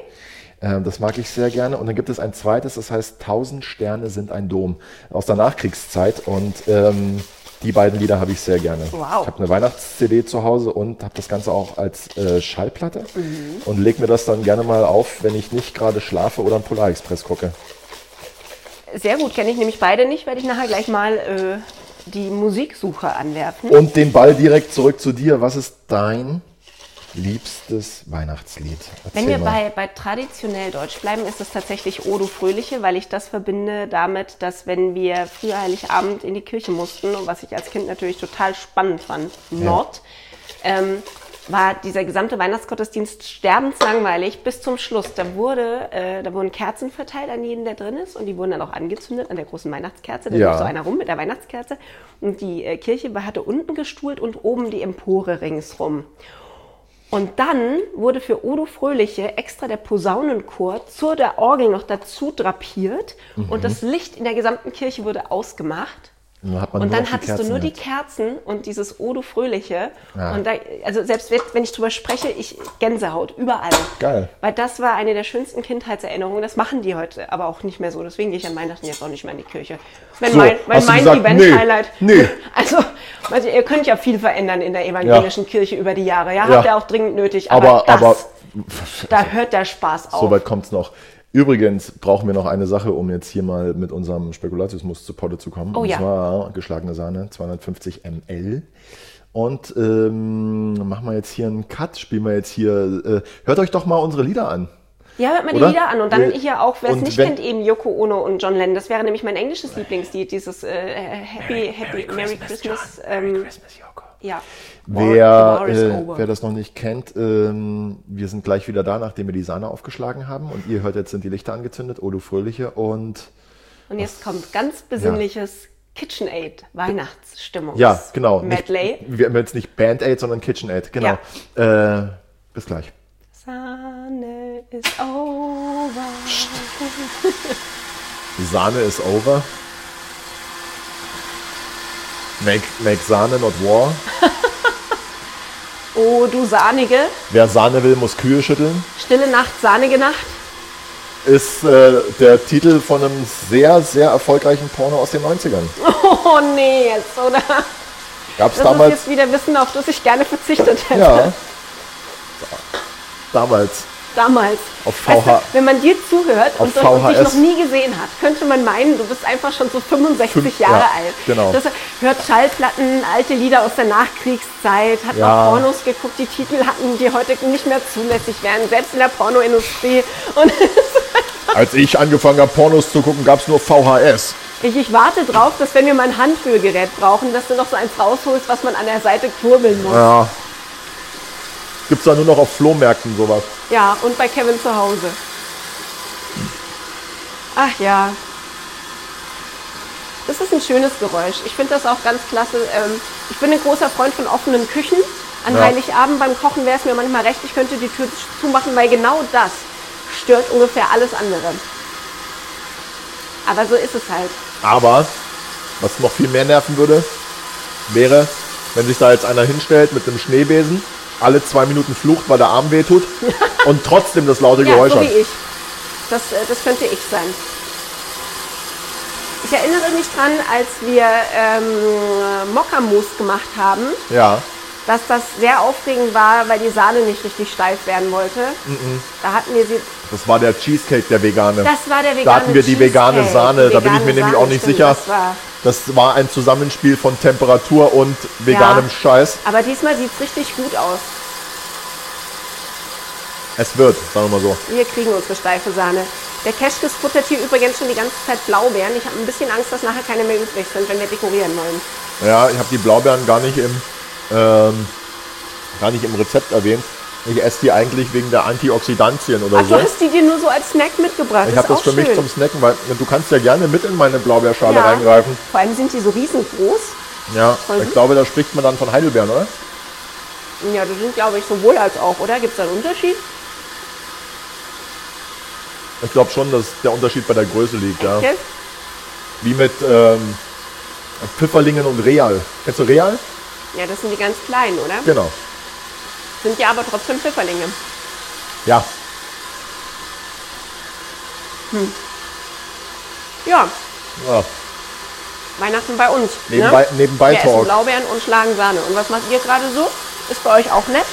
Speaker 2: Ähm, das mag ich sehr gerne. Und dann gibt es ein zweites, das heißt 1000 Sterne sind ein Dom aus der Nachkriegszeit. Und ähm, die beiden Lieder habe ich sehr gerne.
Speaker 3: Wow.
Speaker 2: Ich habe eine Weihnachts-CD zu Hause und habe das Ganze auch als äh, Schallplatte
Speaker 3: Mhm.
Speaker 2: und lege mir das dann gerne mal auf, wenn ich nicht gerade schlafe oder einen Polarexpress gucke.
Speaker 3: Sehr gut, kenne ich nämlich beide nicht, werde ich nachher gleich mal äh, die Musiksuche anwerfen.
Speaker 2: Und den Ball direkt zurück zu dir. Was ist dein liebstes Weihnachtslied?
Speaker 3: Wenn
Speaker 2: Erzähl
Speaker 3: wir
Speaker 2: mal.
Speaker 3: bei, bei traditionell Deutsch bleiben, ist es tatsächlich O du Fröhliche, weil ich das verbinde damit, dass wenn wir früher Heiligabend in die Kirche mussten, und was ich als Kind natürlich total spannend fand, Nord, ähm, war dieser gesamte Weihnachtsgottesdienst sterbenslangweilig bis zum Schluss. Da, wurde, äh, da wurden Kerzen verteilt an jeden, der drin ist. Und die wurden dann auch angezündet an der großen Weihnachtskerze. Da
Speaker 2: Ja.
Speaker 3: lief so einer rum mit der Weihnachtskerze. Und die äh, Kirche war- hatte unten gestuhlt und oben die Empore ringsrum. Und dann wurde für Odo Fröhliche extra der Posaunenchor zur der Orgel noch dazu drapiert. Und das Licht in der gesamten Kirche wurde ausgemacht.
Speaker 2: Und Mhm. dann hat man
Speaker 3: und
Speaker 2: nur
Speaker 3: dann
Speaker 2: noch die
Speaker 3: hattest du
Speaker 2: Kerzen
Speaker 3: nur die
Speaker 2: gehabt.
Speaker 3: Kerzen und dieses Odo Fröhliche.
Speaker 2: Ja.
Speaker 3: Und da, also selbst wenn- wenn ich drüber spreche, ich Gänsehaut überall.
Speaker 2: Geil.
Speaker 3: Weil das war eine der schönsten Kindheitserinnerungen. Das machen die heute aber auch nicht mehr so. Deswegen gehe ich an Weihnachten jetzt auch nicht mehr in die Kirche. Wenn
Speaker 2: So,
Speaker 3: mein, wenn
Speaker 2: hast du
Speaker 3: mein
Speaker 2: gesagt, nö,
Speaker 3: Event-Highlight.
Speaker 2: nö.
Speaker 3: Also, also, ihr könnt ja viel verändern in der evangelischen Kirche über die Jahre. Ja,
Speaker 2: Ja.
Speaker 3: habt ihr auch dringend nötig. Aber,
Speaker 2: Aber,
Speaker 3: das,
Speaker 2: aber
Speaker 3: da hört der Spaß auf.
Speaker 2: Soweit kommt es noch. Übrigens brauchen wir noch eine Sache, um jetzt hier mal mit unserem Spekulatiusmus zu Potte zu kommen.
Speaker 3: Oh
Speaker 2: und
Speaker 3: ja.
Speaker 2: zwar geschlagene Sahne, 250 ml. Und ähm, machen wir jetzt hier einen Cut, spielen wir jetzt hier. Äh, hört euch doch mal unsere Lieder an.
Speaker 3: ja, hört mal die
Speaker 2: oder?
Speaker 3: Lieder an. Und dann
Speaker 2: Äh,
Speaker 3: hier auch, wer es
Speaker 2: und
Speaker 3: nicht
Speaker 2: wenn-
Speaker 3: kennt, eben Yoko Ono und John Lennon. Das wäre nämlich mein englisches Lieblingslied, dieses äh, Happy, Happy, Merry Christmas. ähm, ja.
Speaker 2: Wer,
Speaker 3: War is
Speaker 2: äh,
Speaker 3: over.
Speaker 2: wer das noch nicht kennt, ähm, wir sind gleich wieder da, nachdem wir die Sahne aufgeschlagen haben. Und ihr hört, jetzt sind die Lichter angezündet, Odo Fröhliche. Und
Speaker 3: Und jetzt kommt ganz besinnliches KitchenAid Weihnachtsstimmung.
Speaker 2: ja, genau. nicht-
Speaker 3: Medley.
Speaker 2: Wir haben jetzt nicht Band-Aid, sondern Kitchen-Aid. Genau. Äh, bis gleich.
Speaker 3: Sahne is over.
Speaker 2: Die Sahne ist over. Make, make Sahne not war.
Speaker 3: Oh, du sahnige.
Speaker 2: Wer Sahne will, muss Kühe schütteln.
Speaker 3: Stille Nacht, sahnige Nacht.
Speaker 2: Ist äh, der Titel von einem sehr, sehr erfolgreichen Porno aus den 90ern.
Speaker 3: Oh nee, jetzt, oder?
Speaker 2: Gab's
Speaker 3: Das
Speaker 2: damals.
Speaker 3: ist jetzt wieder Wissen, auf das ich gerne verzichtet hätte.
Speaker 2: Ja. Damals.
Speaker 3: Damals.
Speaker 2: Auf
Speaker 3: Weißt
Speaker 2: VH.
Speaker 3: du, wenn man dir zuhört und,
Speaker 2: Auf
Speaker 3: so- und dich
Speaker 2: VHS.
Speaker 3: noch nie gesehen hat, könnte man meinen, du bist einfach schon so 65
Speaker 2: Fünf-
Speaker 3: Jahre
Speaker 2: ja,
Speaker 3: alt.
Speaker 2: genau.
Speaker 3: Das hört Schallplatten, alte Lieder aus der Nachkriegszeit, hat
Speaker 2: Ja.
Speaker 3: auch Pornos geguckt, die Titel hatten, die heute nicht mehr zulässig wären, selbst in der Pornoindustrie. Und
Speaker 2: Als ich angefangen habe, Pornos zu gucken, gab's nur VHS.
Speaker 3: ich, ich warte drauf, dass wenn wir mal ein Handrührgerät brauchen, dass du noch so eins rausholst, was man an der Seite kurbeln muss.
Speaker 2: Ja. Gibt's da nur noch auf Flohmärkten sowas.
Speaker 3: Ja, und bei Kevin zu Hause. Ach ja. Das ist ein schönes Geräusch. Ich finde das auch ganz klasse. Ähm, ich bin ein großer Freund von offenen Küchen. An
Speaker 2: Ja.
Speaker 3: Heiligabend beim Kochen wäre es mir manchmal recht, ich könnte die Tür zumachen, weil genau das stört ungefähr alles andere. Aber so ist es halt.
Speaker 2: Aber was noch viel mehr nerven würde, wäre, wenn sich da jetzt einer hinstellt mit einem Schneebesen, alle zwei Minuten flucht, weil der Arm wehtut und trotzdem das laute
Speaker 3: Ja,
Speaker 2: Geräusch
Speaker 3: so
Speaker 2: hat.
Speaker 3: wie ich. Das, äh, das könnte ich sein. Ich erinnere mich dran, als wir ähm, Mokkamus gemacht haben,
Speaker 2: Ja,
Speaker 3: dass das sehr aufregend war, weil die Sahne nicht richtig steif werden wollte.
Speaker 2: Mhm.
Speaker 3: Da hatten wir sie.
Speaker 2: das war der Cheesecake, der vegane.
Speaker 3: Das war der vegane
Speaker 2: da hatten wir die vegane
Speaker 3: Cheesecake.
Speaker 2: Sahne, da bin
Speaker 3: Vegane
Speaker 2: ich mir nämlich
Speaker 3: Sahne,
Speaker 2: auch nicht
Speaker 3: stimmt,
Speaker 2: sicher.
Speaker 3: das war-
Speaker 2: Das war ein Zusammenspiel von Temperatur und veganem
Speaker 3: Ja.
Speaker 2: Scheiß.
Speaker 3: Aber diesmal sieht es richtig gut aus.
Speaker 2: Es wird, sagen wir mal so.
Speaker 3: Wir kriegen unsere steife Sahne. Der Keschkes futtert hier übrigens schon die ganze Zeit Blaubeeren. Ich habe ein bisschen Angst, dass nachher keine mehr übrig sind, wenn wir dekorieren wollen.
Speaker 2: Ja, ich habe die Blaubeeren gar nicht im ähm, gar nicht im Rezept erwähnt. Ich esse die eigentlich wegen der Antioxidantien oder
Speaker 3: Ach,
Speaker 2: so.
Speaker 3: du hast die dir nur so als Snack mitgebracht.
Speaker 2: Ich
Speaker 3: ist
Speaker 2: habe das
Speaker 3: auch
Speaker 2: für mich
Speaker 3: schön.
Speaker 2: zum Snacken, weil du kannst ja gerne mit in meine Blaubeerschale
Speaker 3: Ja.
Speaker 2: reingreifen.
Speaker 3: Vor allem sind die so riesengroß.
Speaker 2: Ja,
Speaker 3: Voll
Speaker 2: ich
Speaker 3: gut.
Speaker 2: glaube, da spricht man dann von Heidelbeeren, oder?
Speaker 3: Ja, die sind, glaube ich, sowohl als auch, oder? Gibt es da einen Unterschied?
Speaker 2: Ich glaube schon, dass der Unterschied bei der Größe liegt, ja.
Speaker 3: Gell?
Speaker 2: Wie mit ähm, Pfifferlingen und Real. Kennst du Real?
Speaker 3: Ja, das sind die ganz kleinen, oder?
Speaker 2: Genau.
Speaker 3: Sind ja aber trotzdem Pfifferlinge.
Speaker 2: Ja,
Speaker 3: Ja,
Speaker 2: ja.
Speaker 3: Weihnachten bei uns.
Speaker 2: Nebenbei-
Speaker 3: ne?
Speaker 2: nebenbei
Speaker 3: Wir essen
Speaker 2: Talk.
Speaker 3: Blaubeeren und schlagen Sahne. Und was macht ihr gerade so? Ist bei euch auch nett?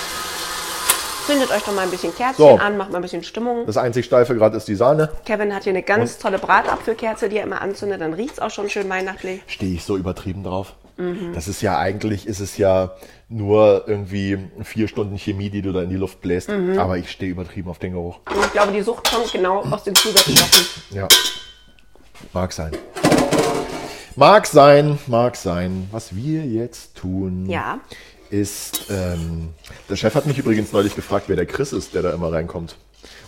Speaker 3: Zündet euch doch mal ein bisschen Kerzen
Speaker 2: So.
Speaker 3: an, macht mal ein bisschen Stimmung.
Speaker 2: Das einzig steife gerade ist die Sahne.
Speaker 3: Kevin hat hier eine ganz tolle Bratapfelkerze, die er immer anzündet. Dann riecht es auch schon schön weihnachtlich.
Speaker 2: stehe ich so übertrieben drauf.
Speaker 3: Mhm.
Speaker 2: Das ist ja eigentlich, ist es ja nur irgendwie vier Stunden Chemie, die du da in die Luft bläst.
Speaker 3: Mhm.
Speaker 2: Aber ich stehe übertrieben auf den Geruch.
Speaker 3: Und ich glaube, die Sucht kommt genau aus den Zusatzstoffen.
Speaker 2: Ja. Mag sein. Mag sein, mag sein. Was wir jetzt tun,
Speaker 3: Ja.
Speaker 2: ist. Ähm, der Chef hat mich übrigens neulich gefragt, wer der Chris ist, der da immer reinkommt.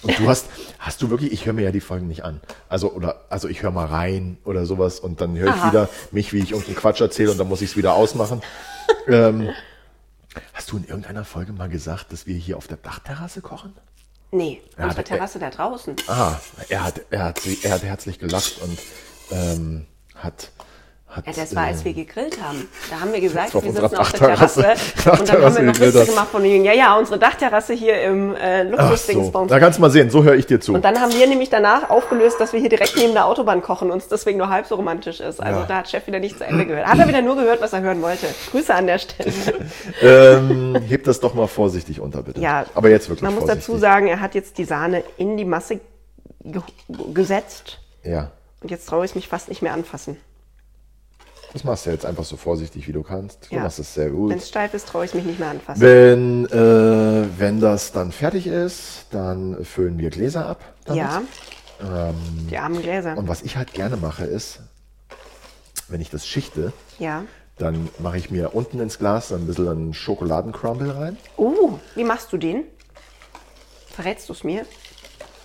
Speaker 2: Und du hast, hast du wirklich, ich höre mir ja die Folgen nicht an. Also, oder, also ich höre mal rein oder sowas und dann höre ich wieder mich, wie ich irgendeinen Quatsch erzähle und dann muss ich es wieder ausmachen. ähm, hast du in irgendeiner Folge mal gesagt, dass wir hier auf der Dachterrasse kochen?
Speaker 3: Nee,
Speaker 2: Ja,
Speaker 3: unsere
Speaker 2: der-
Speaker 3: Terrasse da draußen.
Speaker 2: Ah, er hat, er hat, sie- er hat herzlich gelacht und ähm, hat, hat. äh,
Speaker 3: Ja, das war, als wir gegrillt haben. Da haben wir gesagt,
Speaker 2: Das war
Speaker 3: wir
Speaker 2: auf
Speaker 3: sitzen
Speaker 2: unserer
Speaker 3: auf der
Speaker 2: Dachterrasse.
Speaker 3: Terrasse. Und dann haben
Speaker 2: Dachterrasse
Speaker 3: wir noch
Speaker 2: gegrillt
Speaker 3: Witze
Speaker 2: hast.
Speaker 3: gemacht von wegen, ja, ja, unsere Dachterrasse hier im äh,
Speaker 2: Ach so.
Speaker 3: Luxusdingsbums.
Speaker 2: Da kannst du mal sehen, so höre ich dir zu.
Speaker 3: Und dann haben wir nämlich danach aufgelöst, dass wir hier direkt neben der Autobahn kochen und es deswegen nur halb so romantisch ist. Also
Speaker 2: Ja.
Speaker 3: da hat Chef wieder nicht zu Ende gehört. Hat er wieder nur gehört, was er hören wollte. Grüße an der Stelle.
Speaker 2: ähm, heb das doch mal vorsichtig unter, bitte.
Speaker 3: Ja,
Speaker 2: Aber jetzt wirklich
Speaker 3: Man muss
Speaker 2: vorsichtig.
Speaker 3: dazu sagen, er hat jetzt die Sahne in die Masse ge gesetzt
Speaker 2: Ja.
Speaker 3: und jetzt traue ich mich fast nicht mehr anfassen.
Speaker 2: Das machst du jetzt einfach so vorsichtig, wie du kannst. Du
Speaker 3: Ja.
Speaker 2: machst es sehr gut.
Speaker 3: Wenn es steif ist, traue ich mich nicht mehr anfassen.
Speaker 2: Wenn, äh, wenn das dann fertig ist, dann füllen wir Gläser ab. damit.
Speaker 3: ja. die armen Gläser.
Speaker 2: Ähm, Und was ich halt gerne mache, ist, wenn ich das schichte,
Speaker 3: Ja.
Speaker 2: dann mache ich mir unten ins Glas dann ein bisschen einen Schokoladencrumble rein.
Speaker 3: Uh, wie machst du den? Verrätst du es mir?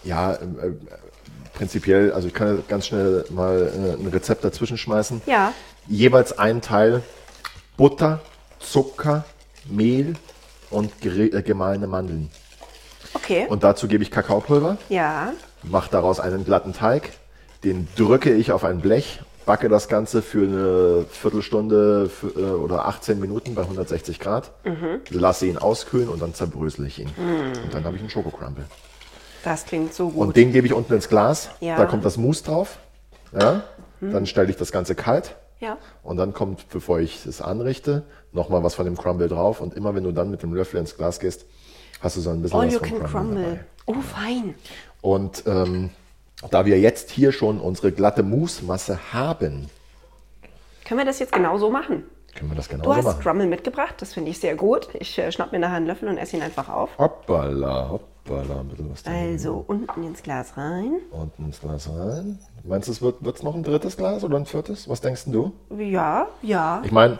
Speaker 2: Ja, ähm, äh, prinzipiell, also ich kann ja ganz schnell mal äh, ein Rezept dazwischen schmeißen.
Speaker 3: Ja.
Speaker 2: Jeweils ein Teil Butter, Zucker, Mehl und gere- äh, gemahlene Mandeln.
Speaker 3: Okay.
Speaker 2: Und dazu gebe ich Kakaopulver,
Speaker 3: ja.
Speaker 2: mache daraus einen glatten Teig, den drücke ich auf ein Blech, backe das Ganze für eine Viertelstunde für, äh, oder 18 Minuten bei 160 Grad, lasse ihn auskühlen und dann zerbrösel ich ihn. Und dann habe ich einen Schokocrumble.
Speaker 3: Das klingt so gut.
Speaker 2: Und den gebe ich unten ins Glas.
Speaker 3: Ja. Hm.
Speaker 2: Da kommt das Mousse drauf. Ja? Dann stelle ich das Ganze kalt.
Speaker 3: Ja.
Speaker 2: Und dann kommt, bevor ich es anrichte, nochmal was von dem Crumble drauf. Und immer wenn du dann mit dem Löffel ins Glas gehst, hast du so ein bisschen
Speaker 3: All
Speaker 2: was
Speaker 3: you
Speaker 2: vom
Speaker 3: can
Speaker 2: Crumble. Dabei.
Speaker 3: crumble. Oh, fein.
Speaker 2: Und ähm, da wir jetzt hier schon unsere glatte Mousse-Masse haben,
Speaker 3: Können wir das jetzt genau so machen?
Speaker 2: können wir das
Speaker 3: Du
Speaker 2: genauso
Speaker 3: hast
Speaker 2: machen.
Speaker 3: Crumble mitgebracht, das finde ich sehr gut. Ich äh, schnapp mir nachher einen Löffel und esse ihn einfach auf.
Speaker 2: Hoppala, hoppala, ein bisschen was da.
Speaker 3: Also unten ins Glas rein.
Speaker 2: Und ins Glas rein. Meinst du, es wird wird's noch ein drittes Glas oder ein viertes? Was denkst denn du?
Speaker 3: Ja, ja.
Speaker 2: Ich meine,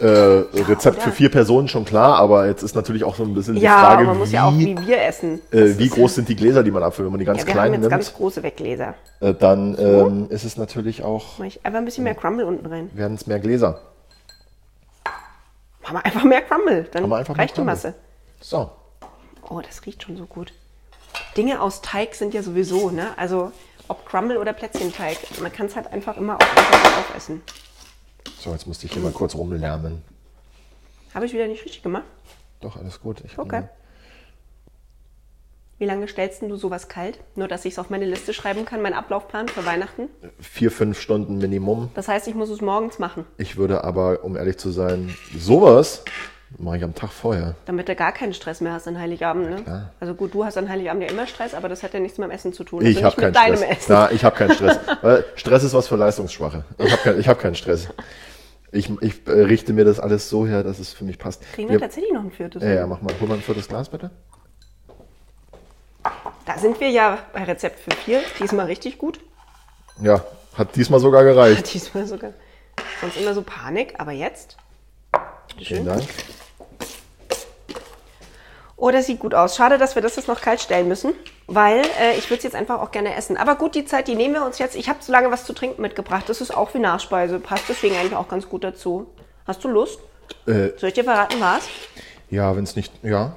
Speaker 2: äh, Rezept
Speaker 3: oder?
Speaker 2: für vier Personen schon klar, aber jetzt ist natürlich auch so ein bisschen die
Speaker 3: ja,
Speaker 2: Frage,
Speaker 3: aber man muss
Speaker 2: wie,
Speaker 3: ja auch wie wir essen.
Speaker 2: äh, wie groß sind die Gläser, die man abfüllt. Wenn man die ganz
Speaker 3: Ja, wir haben
Speaker 2: kleinen
Speaker 3: jetzt
Speaker 2: nimmt,
Speaker 3: ganz große Weggläser.
Speaker 2: äh, dann ähm, ist es natürlich auch,
Speaker 3: Mach ich einfach ein bisschen mehr Crumble unten rein.
Speaker 2: werden es mehr Gläser.
Speaker 3: Machen wir einfach mehr Crumble, dann
Speaker 2: Haben wir einfach mehr
Speaker 3: reicht die
Speaker 2: Crumble.
Speaker 3: Masse.
Speaker 2: So,
Speaker 3: Oh, das riecht schon so gut. Dinge aus Teig sind ja sowieso, ne? Also ob Crumble oder Plätzchenteig. Man kann es halt einfach immer auch einfach aufessen.
Speaker 2: so jetzt musste ich hier mal kurz rumlärmen.
Speaker 3: Habe ich wieder nicht richtig gemacht?
Speaker 2: Doch, alles gut. Ich
Speaker 3: Okay. Wie lange stellst denn du sowas kalt? Nur, dass ich es auf meine Liste schreiben kann, meinen Ablaufplan für Weihnachten.
Speaker 2: Vier, fünf Stunden Minimum.
Speaker 3: Das heißt, ich muss es morgens machen,
Speaker 2: Ich würde aber, um ehrlich zu sein, sowas mache ich am Tag vorher.
Speaker 3: damit du gar keinen Stress mehr hast an Heiligabend. Ne?
Speaker 2: klar.
Speaker 3: also gut, du hast an Heiligabend ja immer Stress, aber das hat ja nichts mit dem Essen zu tun.
Speaker 2: Ich
Speaker 3: also
Speaker 2: habe keinen
Speaker 3: mit deinem
Speaker 2: Stress.
Speaker 3: Essen.
Speaker 2: Na, ich habe keinen Stress. Weil Stress ist was für Leistungsschwache. Ich habe kein, ich hab keinen Stress. Ich, ich äh, richte mir das alles so her, dass es für mich passt.
Speaker 3: Kriegen wir tatsächlich noch ein viertes?
Speaker 2: Ja, ja, mach mal. Hol mal ein viertes Glas, bitte.
Speaker 3: Da sind wir ja bei Rezept für vier. Diesmal richtig gut.
Speaker 2: Ja, hat diesmal sogar gereicht.
Speaker 3: Diesmal sogar. Sonst immer so Panik, aber jetzt.
Speaker 2: Vielen Dank.
Speaker 3: Oh, das sieht gut aus. Schade, dass wir das jetzt noch kalt stellen müssen, weil äh, ich würde es jetzt einfach auch gerne essen. Aber gut, die Zeit, die nehmen wir uns jetzt. Ich habe so lange was zu trinken mitgebracht. Das ist auch wie Nachspeise. Passt deswegen eigentlich auch ganz gut dazu. Hast du Lust?
Speaker 2: Äh.
Speaker 3: Soll ich dir verraten, was?
Speaker 2: Ja, wenn es nicht. Ja.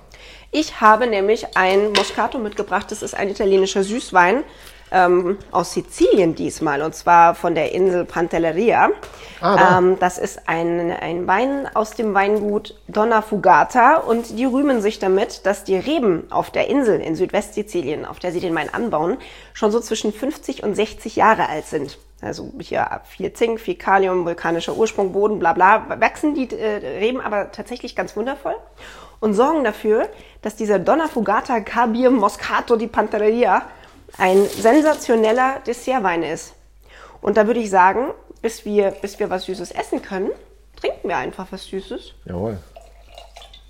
Speaker 3: Ich habe nämlich ein Moscato mitgebracht. Das ist ein italienischer Süßwein ähm, aus Sizilien diesmal und zwar von der Insel Pantelleria.
Speaker 2: Ah, da.
Speaker 3: ähm, das ist ein, ein Wein aus dem Weingut Donna Fugata und die rühmen sich damit, dass die Reben auf der Insel in Südwestsizilien, auf der sie den Wein anbauen, schon so zwischen 50 und 60 Jahre alt sind. Also hier viel Zink, viel Kalium, vulkanischer Ursprung, Boden, bla bla, wachsen die äh, Reben aber tatsächlich ganz wundervoll und sorgen dafür, dass dieser Donna Fugata Cabir Moscato di Pantelleria ein sensationeller Dessertwein ist. Und da würde ich sagen, bis wir, bis wir was Süßes essen können, trinken wir einfach was Süßes.
Speaker 2: Jawohl.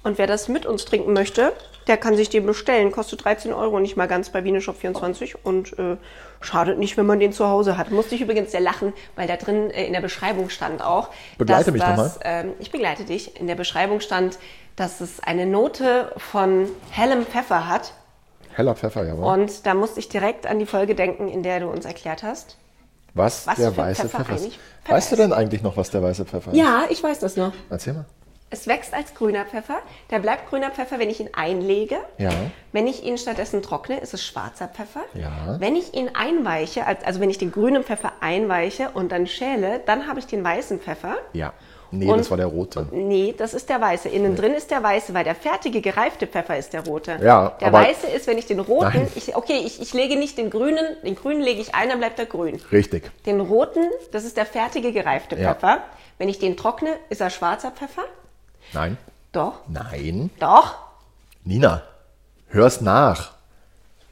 Speaker 3: Und wer das mit uns trinken möchte, der kann sich den bestellen. Kostet 13 Euro, nicht mal ganz bei Wieneshop24 und äh, schadet nicht, wenn man den zu Hause hat. Musste ich übrigens sehr lachen, weil da drin äh, in der Beschreibung stand auch,
Speaker 2: Begleite
Speaker 3: dass
Speaker 2: mich doch
Speaker 3: das,
Speaker 2: mal.
Speaker 3: Ähm, ich begleite dich. In der Beschreibung stand, dass es eine Note von hellem Pfeffer hat.
Speaker 2: Heller Pfeffer, jawohl.
Speaker 3: Und da musste ich direkt an die Folge denken, in der du uns erklärt hast.
Speaker 2: was,
Speaker 3: was
Speaker 2: der
Speaker 3: für
Speaker 2: weiße
Speaker 3: Pfeffer
Speaker 2: Pfeffer, ist.
Speaker 3: eigentlich Pfeffer
Speaker 2: Weißt du
Speaker 3: ist.
Speaker 2: denn eigentlich noch, was der weiße Pfeffer ist?
Speaker 3: Ja, ich weiß das noch.
Speaker 2: Erzähl mal.
Speaker 3: Es wächst als grüner Pfeffer. Der bleibt grüner Pfeffer, wenn ich ihn einlege.
Speaker 2: Ja.
Speaker 3: Wenn ich ihn stattdessen trockne, ist es schwarzer Pfeffer.
Speaker 2: Ja.
Speaker 3: Wenn ich ihn einweiche, als- also wenn ich den grünen Pfeffer einweiche und dann schäle, dann habe ich den weißen Pfeffer.
Speaker 2: Ja. Nee,
Speaker 3: Und-
Speaker 2: das war der rote.
Speaker 3: Nee, das ist der weiße. Innen drin ist der weiße, weil der fertige, gereifte Pfeffer ist der rote.
Speaker 2: Ja,
Speaker 3: Der
Speaker 2: aber-
Speaker 3: weiße ist, wenn ich den roten,
Speaker 2: Nein.
Speaker 3: ich, okay, ich, ich lege nicht den grünen, den grünen lege ich ein, dann bleibt er grün.
Speaker 2: Richtig.
Speaker 3: Den roten, das ist der fertige, gereifte
Speaker 2: Ja.
Speaker 3: Pfeffer. Wenn ich den trockne, ist er schwarzer Pfeffer.
Speaker 2: Nein.
Speaker 3: Doch,
Speaker 2: Nein.
Speaker 3: doch.
Speaker 2: Nina, hör's nach.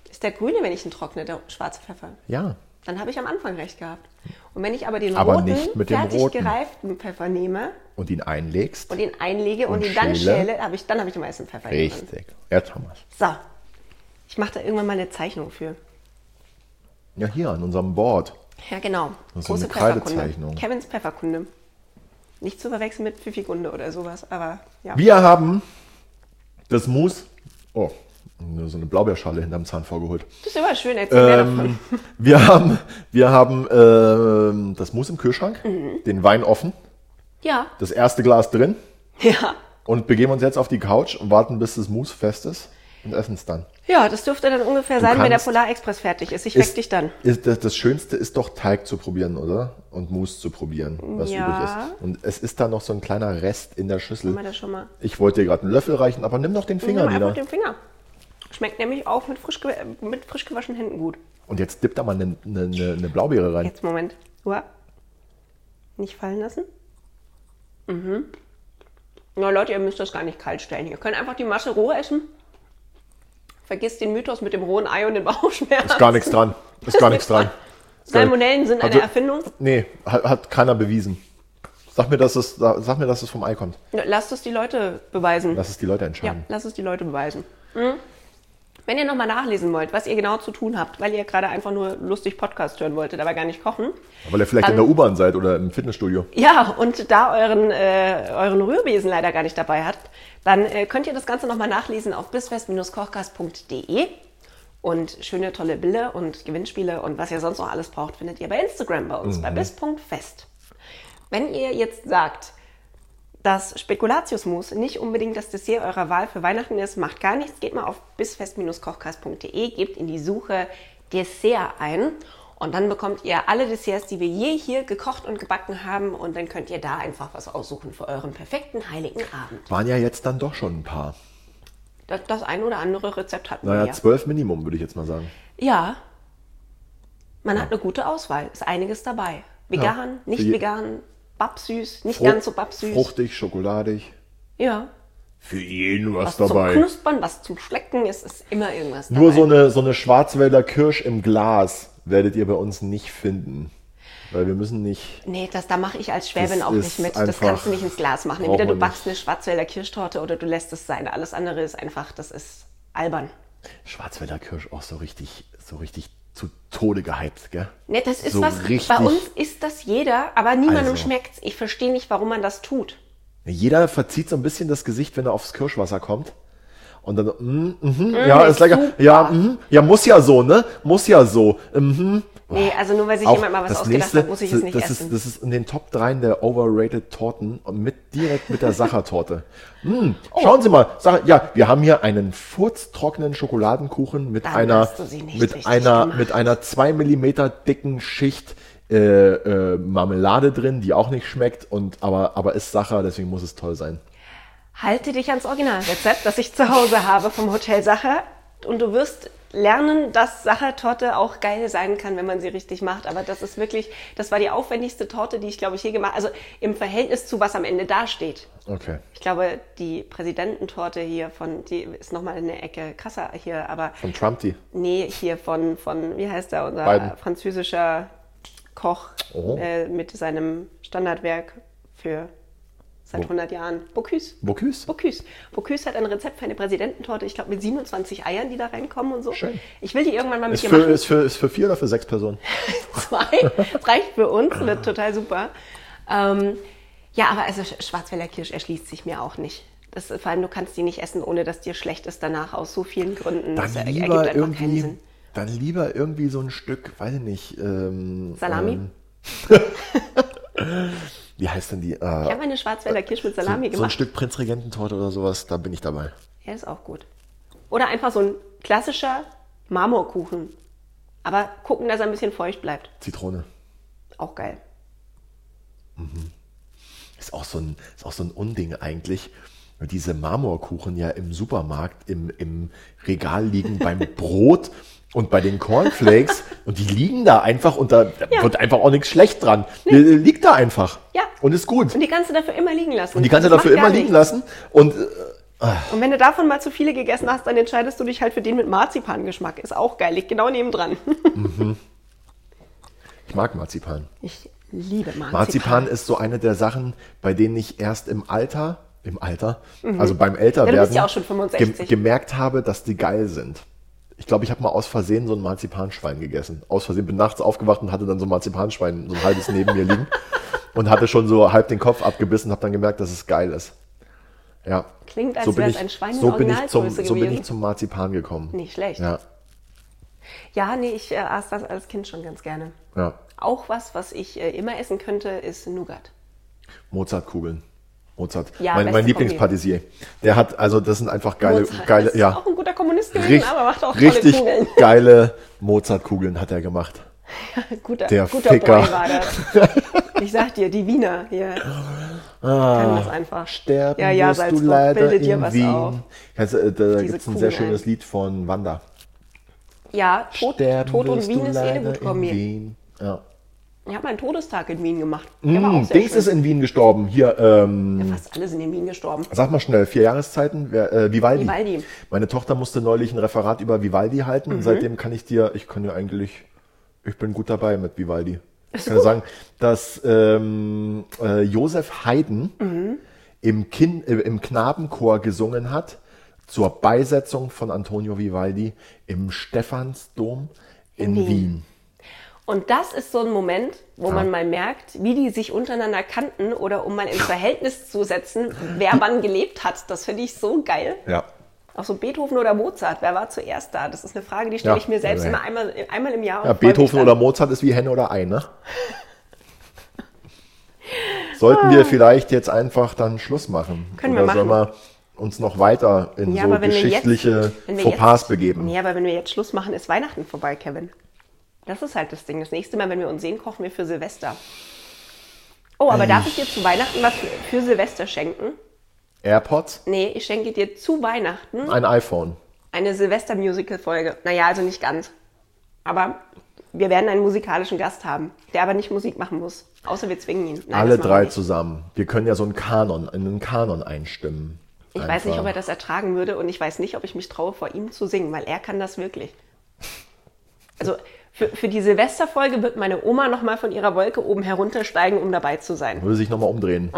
Speaker 3: Ist der grüne, wenn ich ihn trockne, der schwarze Pfeffer?
Speaker 2: Ja.
Speaker 3: Dann habe ich am Anfang recht gehabt. Und wenn ich aber den
Speaker 2: Aber
Speaker 3: roten,
Speaker 2: nicht mit dem
Speaker 3: fertig
Speaker 2: roten.
Speaker 3: gereiften Pfeffer nehme
Speaker 2: Und ihn einlegst.
Speaker 3: und ihn einlege und,
Speaker 2: Und
Speaker 3: ihn dann
Speaker 2: schäle.
Speaker 3: schäle, hab ich, dann habe ich den weißen Pfeffer drin.
Speaker 2: Richtig. Jetzt haben wir's.
Speaker 3: So, ich mache da irgendwann mal eine Zeichnung für.
Speaker 2: Ja, hier an unserem Board.
Speaker 3: Ja, genau.
Speaker 2: Das ist
Speaker 3: Große
Speaker 2: eine
Speaker 3: Pfefferkunde.
Speaker 2: Kreidezeichnung.
Speaker 3: Kevins Pfefferkunde. Nicht zu verwechseln mit Pfiffigunde oder sowas, aber ja.
Speaker 2: Wir haben das Mousse. Oh, so eine Blaubeerschale hinterm Zahn vorgeholt.
Speaker 3: Das ist immer schön, erzähl mehr davon.
Speaker 2: Ähm, wir haben, wir haben ähm, das Mousse im Kühlschrank,
Speaker 3: Mhm.
Speaker 2: den Wein offen,
Speaker 3: Ja,
Speaker 2: das erste Glas drin
Speaker 3: ja.
Speaker 2: und begeben uns jetzt auf die Couch und warten, bis das Mousse fest ist und essen es dann.
Speaker 3: Ja, das dürfte dann ungefähr sein, wenn der
Speaker 2: kannst-
Speaker 3: Polarexpress fertig ist. Ich weck
Speaker 2: Ist-
Speaker 3: dich dann.
Speaker 2: Ist, das, das Schönste ist doch Teig zu probieren, oder? Und Mousse zu probieren, was
Speaker 3: Ja.
Speaker 2: übrig ist. Und es ist da noch so ein kleiner Rest in der Schüssel.
Speaker 3: Haben wir das schon mal?
Speaker 2: Ich wollte dir gerade einen Löffel reichen, aber nimm doch den Finger
Speaker 3: Nimm einfach
Speaker 2: wieder.
Speaker 3: den Finger. Schmeckt nämlich auch mit frisch, gew- äh, mit frisch gewaschenen Händen gut.
Speaker 2: Und jetzt dippt da mal eine, eine, eine eine Blaubeere rein.
Speaker 3: Jetzt Moment. Uah. Nicht fallen lassen. Mhm. Na Leute, ihr müsst das gar nicht kalt stellen. Ihr könnt einfach die Masse roh essen. Vergesst den Mythos mit dem rohen Ei und den Bauchschmerzen.
Speaker 2: Ist gar nichts dran. Also- Ist gar nichts dran. Ist gar-
Speaker 3: Salmonellen sind eine Erfindung.
Speaker 2: Nee, hat, hat keiner bewiesen. Sag mir, dass es, sag mir, dass es vom Ei kommt.
Speaker 3: Lasst es die Leute beweisen.
Speaker 2: Lass es die Leute
Speaker 3: Ja,
Speaker 2: entscheiden.
Speaker 3: lasst es die Leute beweisen. Mhm. Wenn ihr nochmal nachlesen wollt, was ihr genau zu tun habt, weil ihr gerade einfach nur lustig Podcast hören wolltet, aber gar nicht kochen,
Speaker 2: Weil ihr vielleicht
Speaker 3: Dann-
Speaker 2: in der U-Bahn seid oder im Fitnessstudio.
Speaker 3: Ja, und da euren, äh, euren Rührbesen leider gar nicht dabei habt, dann äh, könnt ihr das Ganze nochmal nachlesen auf bisfest-kochgas.de. Und schöne, tolle Bilder und Gewinnspiele und was ihr sonst noch alles braucht, findet ihr bei Instagram bei uns, bei bis.fest. Wenn ihr jetzt sagt, dass Spekulatiusmus nicht unbedingt das Dessert eurer Wahl für Weihnachten ist, macht gar nichts. Geht mal auf bisfest-kochkast.de, gebt in die Suche Dessert ein und dann bekommt ihr alle Desserts, die wir je hier gekocht und gebacken haben und dann könnt ihr da einfach was aussuchen für euren perfekten heiligen Abend.
Speaker 2: Waren ja jetzt dann doch schon ein paar.
Speaker 3: Das, das ein oder andere Rezept hatten
Speaker 2: Naja,
Speaker 3: wir. ja.
Speaker 2: zwölf Minimum, würde ich jetzt mal sagen.
Speaker 3: Ja, man hat eine gute Auswahl, ist einiges dabei. Vegan,
Speaker 2: Für
Speaker 3: nicht
Speaker 2: je-
Speaker 3: vegan, babsüß, nicht
Speaker 2: Frucht-
Speaker 3: ganz so babsüß.
Speaker 2: Fruchtig, schokoladig.
Speaker 3: Ja,
Speaker 2: Für jeden was,
Speaker 3: was
Speaker 2: dabei.
Speaker 3: zum Knuspern, was zum Schlecken ist, ist immer irgendwas dabei.
Speaker 2: Nur so eine, so eine Schwarzwälder Kirsch im Glas werdet ihr bei uns nicht finden. Weil wir müssen nicht.
Speaker 3: Nee, das, da mache ich als Schwäbin
Speaker 2: Das
Speaker 3: auch nicht
Speaker 2: ist
Speaker 3: mit. Das
Speaker 2: einfach-
Speaker 3: kannst du nicht ins Glas machen. Entweder du
Speaker 2: braucht man
Speaker 3: backst eine Schwarzwälder Kirschtorte oder du lässt es sein. Alles andere ist einfach, das ist albern.
Speaker 2: Schwarzwälder Kirsch auch so richtig, so richtig zu Tode gehypt, gell?
Speaker 3: Nee, Ne, das ist
Speaker 2: so
Speaker 3: was,
Speaker 2: Richtig,
Speaker 3: bei uns ist das jeder, aber niemandem
Speaker 2: Also.
Speaker 3: schmeckt's. Ich verstehe nicht, warum man das tut.
Speaker 2: Jeder verzieht so ein bisschen das Gesicht, wenn er aufs Kirschwasser kommt. Und dann, so, mm, mhm, ja, ist lecker.
Speaker 3: super.
Speaker 2: Ja, mhm, ja, muss ja so, ne? Muss ja so. Mhm.
Speaker 3: Nee, also nur weil sich
Speaker 2: Auch
Speaker 3: jemand mal was
Speaker 2: das
Speaker 3: ausgedacht
Speaker 2: nächste,
Speaker 3: hat, muss ich es nicht
Speaker 2: das
Speaker 3: essen.
Speaker 2: Ist, das ist in den Top 3 der overrated Torten und mit direkt mit der Sachertorte. mm,
Speaker 3: Oh.
Speaker 2: Schauen Sie mal, Sacher, ja, wir haben hier einen furztrockenen Schokoladenkuchen mit
Speaker 3: Dann
Speaker 2: einer
Speaker 3: hast du sie nicht
Speaker 2: mit
Speaker 3: richtig
Speaker 2: einer
Speaker 3: gemacht.
Speaker 2: mit einer 2 mm dicken Schicht äh, äh, Marmelade drin, die auch nicht schmeckt und aber aber ist Sacher, deswegen muss es toll sein.
Speaker 3: Halte dich ans Originalrezept, das ich zu Hause habe vom Hotel Sacher. Und du wirst lernen, dass Sachertorte auch geil sein kann, wenn man sie richtig macht. Aber das ist wirklich, das war die aufwendigste Torte, die ich, glaube ich, je gemacht Also im Verhältnis zu, was am Ende dasteht.
Speaker 2: Okay.
Speaker 3: Ich glaube, die Präsidententorte hier von, die ist nochmal in der Ecke krasser hier, aber
Speaker 2: Von Trumpty.
Speaker 3: nee, hier von, von wie heißt er, unser
Speaker 2: Biden.
Speaker 3: französischer Koch
Speaker 2: Oh.
Speaker 3: äh, mit seinem Standardwerk für Seit 100 Jahren. Bocuse.
Speaker 2: Bocuse?
Speaker 3: Bocuse. Bocuse hat ein Rezept für eine Präsidententorte, ich glaube mit 27 Eiern, die da reinkommen und so.
Speaker 2: Schön.
Speaker 3: Ich will die irgendwann mal mit
Speaker 2: Ist
Speaker 3: dir
Speaker 2: für,
Speaker 3: machen.
Speaker 2: ist, für, ist für vier oder für sechs Personen?
Speaker 3: Zwei. Das reicht für uns, wird total super. Ähm, ja, aber also Sch- Schwarzwälder Kirsch erschließt sich mir auch nicht. Das, vor allem, du kannst die nicht essen, ohne dass dir schlecht ist danach, aus so vielen Gründen.
Speaker 2: Dann
Speaker 3: Das er-
Speaker 2: lieber irgendwie, dann lieber irgendwie so ein Stück, weiß ich nicht. Ähm,
Speaker 3: Salami?
Speaker 2: Ähm, wie heißt denn die?
Speaker 3: ich
Speaker 2: Äh,
Speaker 3: habe eine Schwarzwälder Kirsch mit Salami
Speaker 2: so, so ein
Speaker 3: gemacht.
Speaker 2: Stück Prinzregententorte oder sowas, da bin ich dabei.
Speaker 3: Ja, ist auch gut. Oder einfach so ein klassischer Marmorkuchen. Aber gucken, dass er ein bisschen feucht bleibt.
Speaker 2: Zitrone.
Speaker 3: Auch geil.
Speaker 2: Ist auch so ein, ist auch so ein Unding eigentlich. weil Diese Marmorkuchen ja im Supermarkt im, im Regal liegen beim Brot und bei den Cornflakes und die liegen da einfach und da
Speaker 3: Ja.
Speaker 2: wird einfach auch nichts schlecht dran. Die- die Liegt da einfach.
Speaker 3: Ja.
Speaker 2: Und ist gut.
Speaker 3: Und die kannst du dafür immer liegen lassen.
Speaker 2: Und die kannst du
Speaker 3: Das
Speaker 2: dafür
Speaker 3: macht
Speaker 2: immer
Speaker 3: gar
Speaker 2: liegen
Speaker 3: nichts.
Speaker 2: lassen. Und äh,
Speaker 3: Und wenn du davon mal zu viele gegessen hast, dann entscheidest du dich halt für den mit Marzipangeschmack. Ist auch geil, liegt genau nebendran.
Speaker 2: ich mag Marzipan.
Speaker 3: Ich liebe Marzipan.
Speaker 2: Marzipan ist so eine der Sachen, bei denen ich erst im Alter, im Alter, also beim
Speaker 3: Mhm.
Speaker 2: Älterwerden,
Speaker 3: Ja, du bist ja auch schon 65.
Speaker 2: gem- gemerkt habe, dass die geil sind. Ich glaube, ich habe mal aus Versehen so ein Marzipanschwein gegessen. Aus Versehen bin nachts aufgewacht und hatte dann so ein Marzipanschwein, so ein halbes neben mir liegen und hatte schon so halb den Kopf abgebissen, habe dann gemerkt, dass es geil ist. Ja.
Speaker 3: Klingt, als
Speaker 2: so bin
Speaker 3: wär's
Speaker 2: ich,
Speaker 3: ein Schwein in
Speaker 2: so bin ich zum,
Speaker 3: Originalgröße
Speaker 2: So bin ich
Speaker 3: gewesen.
Speaker 2: zum Marzipan gekommen.
Speaker 3: Nicht schlecht.
Speaker 2: Ja,
Speaker 3: Ja, nee, ich äh, aß das als Kind schon ganz gerne.
Speaker 2: ja.
Speaker 3: Auch was, was ich äh, immer essen könnte, ist Nougat.
Speaker 2: Mozartkugeln. Mozart.
Speaker 3: Ja,
Speaker 2: mein mein
Speaker 3: beste Kombi.
Speaker 2: Lieblingspatissier. Der hat, also das sind einfach geile,
Speaker 3: Mozart
Speaker 2: geile,
Speaker 3: ist
Speaker 2: ja.
Speaker 3: auch ein guter Kommunist gewesen,
Speaker 2: Richt,
Speaker 3: aber macht auch
Speaker 2: richtig
Speaker 3: tolle Kugeln.
Speaker 2: geile Mozartkugeln hat er gemacht.
Speaker 3: Guter,
Speaker 2: Der
Speaker 3: guter
Speaker 2: Ficker.
Speaker 3: Boy war das. Ich sag dir, die Wiener hier. Kann das einfach.
Speaker 2: Ah, Sterben
Speaker 3: ja, ja,
Speaker 2: wirst
Speaker 3: Salzburg,
Speaker 2: du leider
Speaker 3: bildet dir
Speaker 2: in
Speaker 3: was
Speaker 2: Wien.
Speaker 3: auf.
Speaker 2: Kannst, du, äh, da
Speaker 3: Diese
Speaker 2: gibt es ein sehr
Speaker 3: Kugeln.
Speaker 2: schönes Lied von Wanda.
Speaker 3: Ja, Tod,
Speaker 2: Sterben
Speaker 3: Tod und
Speaker 2: wirst
Speaker 3: Wien
Speaker 2: du
Speaker 3: ist eh eine
Speaker 2: leider
Speaker 3: gute
Speaker 2: in
Speaker 3: Kombi.
Speaker 2: Wien. Ja.
Speaker 3: Ich habe meinen Todestag in Wien gemacht. Der war auch
Speaker 2: Mm,
Speaker 3: sehr
Speaker 2: Dings
Speaker 3: schön.
Speaker 2: ist in Wien gestorben. Hier, ähm,
Speaker 3: Fast alle sind in Wien gestorben.
Speaker 2: Sag mal schnell, vier Jahreszeiten, wer, äh, Vivaldi. Mhm.
Speaker 3: Vivaldi.
Speaker 2: Meine Tochter musste neulich ein Referat über Vivaldi halten und seitdem kann ich dir, ich kann dir eigentlich, ich bin gut dabei mit Vivaldi. Ich kann dir sagen, dass ähm, äh, Josef Haydn im, kind, äh, im Knabenchor gesungen hat zur Beisetzung von Antonio Vivaldi im Stephansdom in Wien.
Speaker 3: Und das ist so ein Moment, wo man mal merkt, wie die sich untereinander kannten oder um mal ins Verhältnis zu setzen, wer wann gelebt hat. Das finde ich so geil.
Speaker 2: Ja.
Speaker 3: Auch so Beethoven oder Mozart, wer war zuerst da? Das ist eine Frage, die stelle
Speaker 2: Ja.
Speaker 3: ich mir selbst
Speaker 2: Ja, ja.
Speaker 3: immer einmal, einmal im Jahr. und
Speaker 2: ja
Speaker 3: freu mich
Speaker 2: Beethoven
Speaker 3: dann.
Speaker 2: oder Mozart ist wie Henne oder Ei, ne? Sollten wir vielleicht jetzt einfach dann Schluss machen?
Speaker 3: Ah. Können wir
Speaker 2: oder sollen
Speaker 3: machen.
Speaker 2: wir uns noch weiter in so geschichtliche
Speaker 3: wenn wir
Speaker 2: Fauxpas
Speaker 3: jetzt,
Speaker 2: begeben?
Speaker 3: Nee, aber wenn wir jetzt Schluss machen, ist Weihnachten vorbei, Kevin. Das ist halt das Ding. Das nächste Mal, wenn wir uns sehen, kochen wir für Silvester. Oh, aber darf ich dir zu Weihnachten was für- für Silvester schenken?
Speaker 2: AirPods,
Speaker 3: Nee, ich schenke dir zu Weihnachten
Speaker 2: ein iPhone.
Speaker 3: eine Silvester-Musical-Folge. Naja, also nicht ganz. Aber wir werden einen musikalischen Gast haben, der aber nicht Musik machen muss. Außer wir zwingen ihn. Nein,
Speaker 2: Alle
Speaker 3: das machen wir
Speaker 2: drei
Speaker 3: nicht.
Speaker 2: zusammen. Wir können ja so einen Kanon, in einen Kanon einstimmen.
Speaker 3: Ich weiß nicht, ob er das ertragen würde und ich weiß nicht, ob ich mich traue, vor ihm zu singen, weil er kann das wirklich. Also für, für die Silvesterfolge wird meine Oma nochmal von ihrer Wolke oben heruntersteigen, um dabei zu sein.
Speaker 2: Würde sich nochmal umdrehen.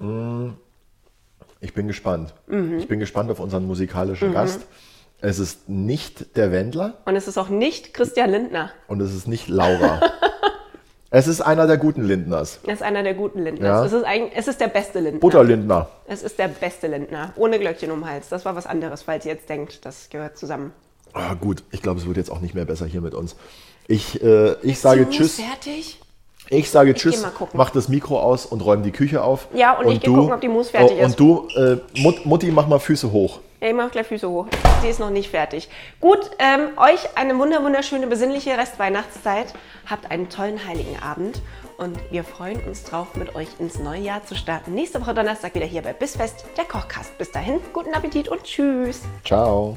Speaker 2: Mm, Ich bin gespannt.
Speaker 3: Mhm.
Speaker 2: Ich bin gespannt auf unseren musikalischen Gast. Es ist nicht der Wendler.
Speaker 3: Und es ist auch nicht Christian Lindner.
Speaker 2: Und es ist nicht Laura. es ist einer der guten Lindners.
Speaker 3: Er ist einer der guten Lindner.
Speaker 2: Ja.
Speaker 3: Es, ist ein, es ist der beste Lindner.
Speaker 2: Butterlindner.
Speaker 3: Es ist der beste Lindner. Ohne Glöckchen um den Hals. Das war was anderes, falls ihr jetzt denkt, das gehört zusammen.
Speaker 2: Ah, gut, ich glaube, es wird jetzt auch nicht mehr besser hier mit uns. Ich, äh, ich sage Tschüss.
Speaker 3: fertig?
Speaker 2: Ich sage
Speaker 3: geh
Speaker 2: Tschüss.
Speaker 3: mal gucken.
Speaker 2: Mach das Mikro aus und räum die Küche auf.
Speaker 3: Ja, und ich geh
Speaker 2: du-
Speaker 3: gucken, ob die Mousse fertig
Speaker 2: oh,
Speaker 3: ist.
Speaker 2: Und du, äh, Mut, Mutti, mach mal Füße hoch.
Speaker 3: Ja, ich mach gleich Füße hoch. Sie ist noch nicht fertig. Gut, ähm, euch eine wunder wunderschöne, besinnliche Restweihnachtszeit. Habt einen tollen Heiligen Abend und wir freuen uns drauf, mit euch ins neue Jahr zu starten. Nächste Woche Donnerstag wieder hier bei Bissfest, der Kochkast. Bis dahin, guten Appetit und tschüss.
Speaker 2: Ciao.